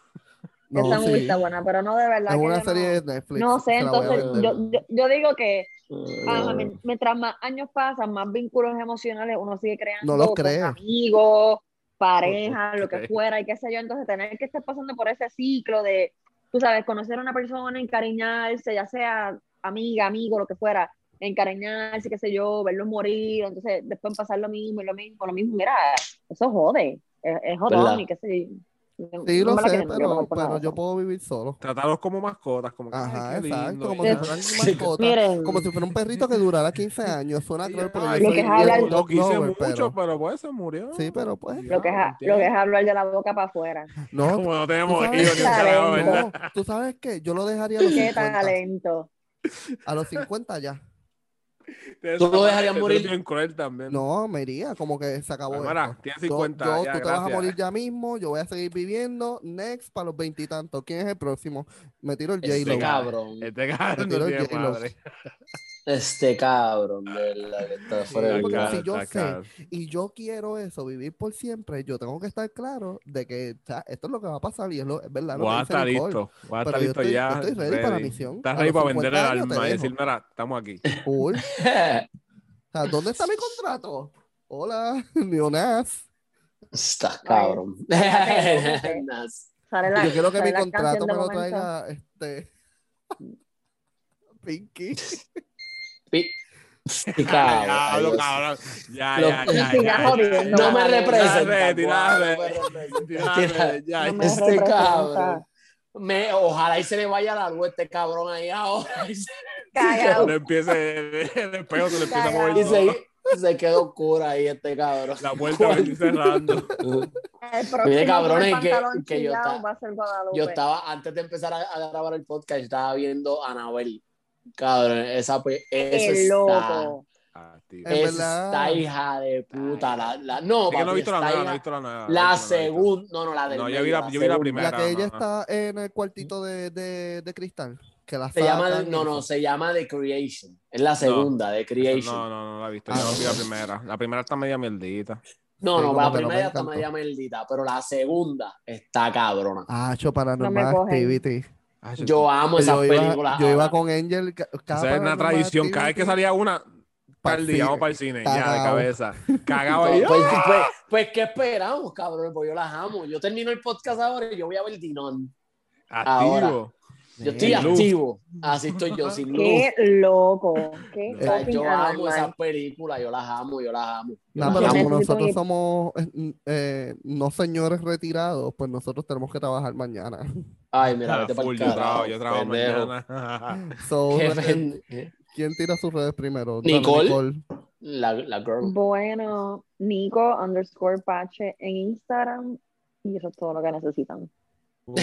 No,
Esa movie
sí.
está buena, pero no de verdad.
Es
que
una
yo
serie
no-
de Netflix.
No sé,
se la voy a
entonces
vender.
yo, yo, yo digo que ajá,
Eh,
mien- mientras más años pasan, más vínculos emocionales uno sigue creando
No los
con
cree.
amigos, pareja, lo
Ok.
que fuera y qué sé yo. Entonces tener que estar pasando por ese ciclo de, tú sabes, conocer a una persona, encariñarse, ya sea amiga, amigo, lo que fuera, encariñarse, qué sé yo, verlo morir, entonces después pasar lo mismo y lo mismo, lo mismo. Mira, eso jode, es, es
¿Verdad?
jodón y qué sé yo. No-
Sí,
no
lo
me la
sé,
creen, yo no
pero,
me puedo
pero
nada.
yo puedo vivir solo.
Tratarlos como mascotas, como que, ay,
Ajá,
qué
exacto.
lindo,
Como
y-
si
ya.
fueran mascotas.
Miren,
Como si fuera un perrito que durara 15 años. Suena
Sí,
cruel
ya,
porque
ay,
yo
Lo
soy
que es
bien
hablar-
Lo quise
lover,
mucho, pero...
pero-
pues se murió.
Sí, pero, pues,
lo que, es,
Ya,
a- lo que es hablar de la boca para afuera.
No,
Como no
tú
tenemos
sabes-
hijos ni un carajo,
Talento.
¿verdad?
no, tú sabes que yo lo dejaría a los
Qué
50.
talento.
A los 50 ya.
Tú lo dejarías
Tú eres
morir.
bien cruel también.
No, me iría, como que se acabó.
Pues, mira,
esto.
tienes
Yo-
50,
yo-
ya,
tú te vas a
gracias.
morir ya mismo, yo voy a seguir viviendo. Next para los veintitantos. ¿Quién es el próximo? Me tiro el
Este
J-Lo.
cabrón.
cabrón.
Este cabrón
Te
no
tiró
tiene
hielo.
madre.
Este cabrón. De la que está fuera
Sí,
del
porque
lugar.
si yo
Está
sé-
cabrón.
y yo quiero eso, vivir por siempre, yo tengo que estar claro de que o sea, esto es lo que va a pasar y es, lo- es verdad. lo
Voy
que
a
dice
estar
Nicole.
listo. Voy a
Pero
estar
yo
listo
estoy-
ya.
yo estoy ready para la misión.
Estás
A
ready
los
para vender el
50 años te
alma y
dejo.
decir, mira, estamos aquí.
Cool. O sea, ¿dónde está mi contrato? Hola, Leonaz.
Estás cabrón.
fíjate,
Nas.
Sale la-
yo quiero que
sale
mi
la
contrato
canción de
me lo
momento.
traiga este. Pinky.
Pi- Este
Diablo,
cabrón.
cabrón. Ya,
Lo-
ya, ya,
Sigas
ya, ya.
jodiendo,
No me
Dale,
representa.
dale, dale.
guau, no me representa.
Tírale, ya,
No
ya.
me
Este
representa.
cabrón. Me, ojalá y se le vaya la luz a este cabrón ahí ahora. Y se,
Cagao.
No empiece el espejo, se le empieza a mover
y
todo.
se- se quedó oscura ahí este cabrón.
La puerta va a venir cerrando.
El próximo
Oye, cabrones,
con el
que-
pantalón
que yo
chillado
ta-
va a ser Guadalupe.
Yo estaba, antes de empezar a, a grabar el podcast, yo estaba viendo a Anabel. Cabrón, esa pe- eso
Qué
está,
loco.
Ah, tío.
Es
esa
verdad.
está hija de puta. La, la- Eh, no,
Es que no he
papi,
visto la
está
nueva, no
hija-
he visto la nueva. no he visto, no
la
he visto.
segunda, no, no, la del
No, yo
medio,
vi la- yo vi la
segunda.
primera.
La que ella
no,
está en el cuartito de, de, de cristal. Que la
Se llama,
sacan y
no, no,
eso.
se llama The Creation. Es la segunda, The
No,
Creation.
no, no la he visto.
Ah,
Yo
no.
vi la primera. La primera está media mierdita.
No,
Sí,
no,
como que
la
no me
primera ya está
encantó.
media merdita, pero la segunda está cabrona.
Ah, hecho Paranormal
No me cogen.
Activity.
Ay,
Yo amo esas
Pues Yo iba,
películas.
yo iba
ahora.
con Angel. ca- cada
Ah, Esa es una
Paranormal
tradición. Cada vez que
Activity.
salía una,
Pa'l
para el día,
cine.
vamos para el cine. Ya, de
Cagao.
cabeza. Cagado ahí.
Pues, pues, pues, pues, ¿qué esperamos, cabrón? Pues yo las amo. Yo termino el podcast ahora y yo voy a ver Dinón.
Activo.
Yo estoy
Sin luz.
activo. Así estoy yo, sin luz.
Qué loco. Qué
O sea,
fucking
yo amo
anormal.
esas películas, yo las amo, yo las amo.
No,
Yo
pero como
las amo.
necesito
nosotros
ir.
somos eh, eh, no señores retirados, pues nosotros tenemos que trabajar mañana.
Ay, mira,
Ah,
vete para
full,
el
Yo trabajo,
carajo.
yo trabajo
pendejo.
mañana.
So,
Qué
eh,
pen- eh,
¿Quién tira sus redes primero?
Nicole. La, la girl.
Bueno, Nico underscore Pache en Instagram. Y eso es todo lo que necesitan.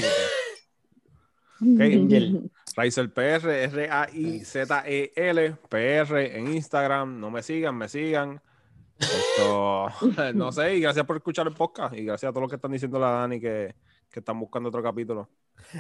Angel.
Raizel PR, R-A-I-Z-E-L, PR en Instagram. No me sigan, me sigan. Esto, no sé, y gracias por escuchar el podcast y gracias a todos los que están diciendo la Dani que, que están buscando otro capítulo.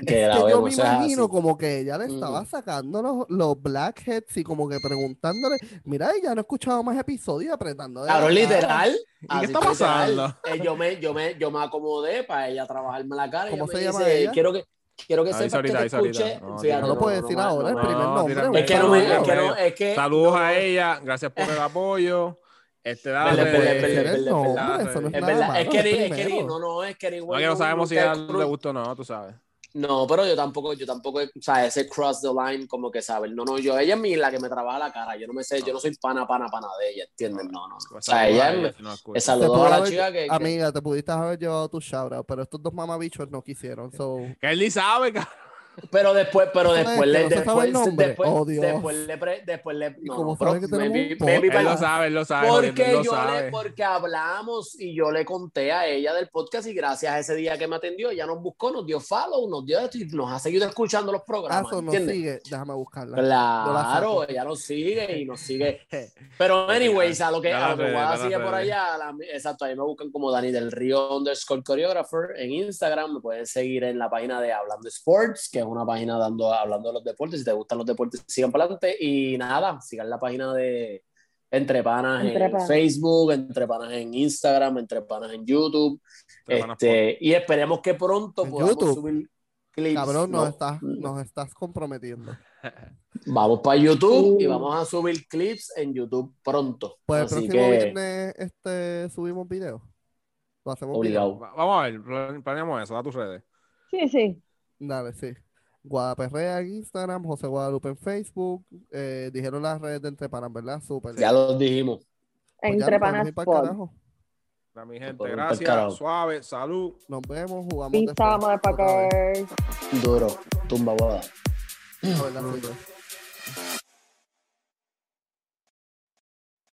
Que
Que Este, yo
grabemos.
me
o sea,
imagino
así.
como que ella le estaba
Mm.
sacando los, los blackheads y como que preguntándole, mira, ella no he escuchado más episodios y apretando. de la
Cabrón,
cara".
literal.
¿Y
así
qué está
fue, literal.
pasando?
Eh, yo, me, yo, me, yo me acomodé para ella trabajarme la cara. y
¿Cómo se
ella me
llama
dice,
ella?
Quiero que, quiero que
Ahí
sepas que
ahorita,
te
ahí ahorita.
escuché.
No,
Fíjate,
tira,
No lo puedes decir ahora, el
no.
no,
primer
no,
nombre.
tira,
un
Es que no me. Es que no.
saludo.
Es que,
Saludos
Eh, no.
a ella, gracias por el apoyo. Este, dale,
Vele, vele,
Puedes
vele,
decir
vele,
el
vele,
nombre,
vele.
eso no es
Es
nada
verdad,
malo,
es que,
es
ni- es que ni-
primero.
no, no, es que ni
No, que no sabemos si
nunca
a
es
él
cru-
le gustó o no, tú sabes.
No, pero yo tampoco, yo tampoco, o sea, ese cross the line, como que saber, no, no, yo, ella es mi, la que me trabaja la cara, yo no me sé, yo no soy pana, pana, pana de ella, ¿entiendes? No, no, no.
Pues,
O sea, ella es-
no es cool.
me
Te
saludó
pudo
a la
haber-
chica que, que-
Amiga, te pudiste haber llevado tu shout pero estos dos mamabichos no quisieron. So,
Que él ni sabe, cabrón.
pero después, pero
¿Sabes que
después, le,
no se sabe el
después,
nombre?
después,
Oh, Dios.
después le, pre- después le,
¿Y
no,
cómo
no, pero
sabe que tenemos
maybe-
un
maybe
podcast?
Él
para-
lo sabe, él lo sabe. Porque
Porque
lo
yo le,
sabe.
porque hablamos y yo le conté a ella del podcast y gracias a ese día que me atendió, ella nos buscó, nos dio follow, nos dio esto y nos ha seguido escuchando los
ah,
programas,
so no
¿entiendes?
sigue. Déjame buscarla. Yo la
Claro,
saco.
ella nos sigue y nos sigue. Pero, anyways, a lo que,
Ya la
a lo que
redes,
Guada
ya la
sigue por
redes.
allá, a la- exacto, ahí me buscan como Dani del Río underscore choreographer en Instagram. Me pueden seguir en la página de Hablando Sports, que es una página dando, hablando de los deportes. Si te gustan los deportes, sigan para adelante. Y nada, sigan la página de Entre Panas
Entre
en
Panas.
Facebook, Entre Panas en Instagram, Entre Panas en YouTube.
Te van a
Este, y esperemos que pronto
En
podamos
YouTube.
subir clips.
Cabrón, nos,
¿no?
estás, nos estás comprometiendo.
Vamos para YouTube y
Uh.
vamos a subir clips en YouTube pronto.
Pues el
Así
próximo
que,
viernes este, subimos video. Lo hacemos video.
obligado.
pues, Va- Vamos a ver, plan- planeamos eso, da tus redes.
Pues
Sí, sí.
Dale, sí. Guadaperrea en Instagram, José Guadalupe en Facebook. eh, dijeron las redes de Entre Panas, ¿verdad? Súper.
Ya lo dijimos.
Pues ya
Entre
nos podemos
panas
ir pa'l
pod.
carajo.
Para mi
Por
gente,
un pescado.
gracias. Suave, salud.
Nos vemos, jugamos
Pizza,
después. Otra vez.
motherfuckers.
Duro. Tumba boda.
La verdad, sí.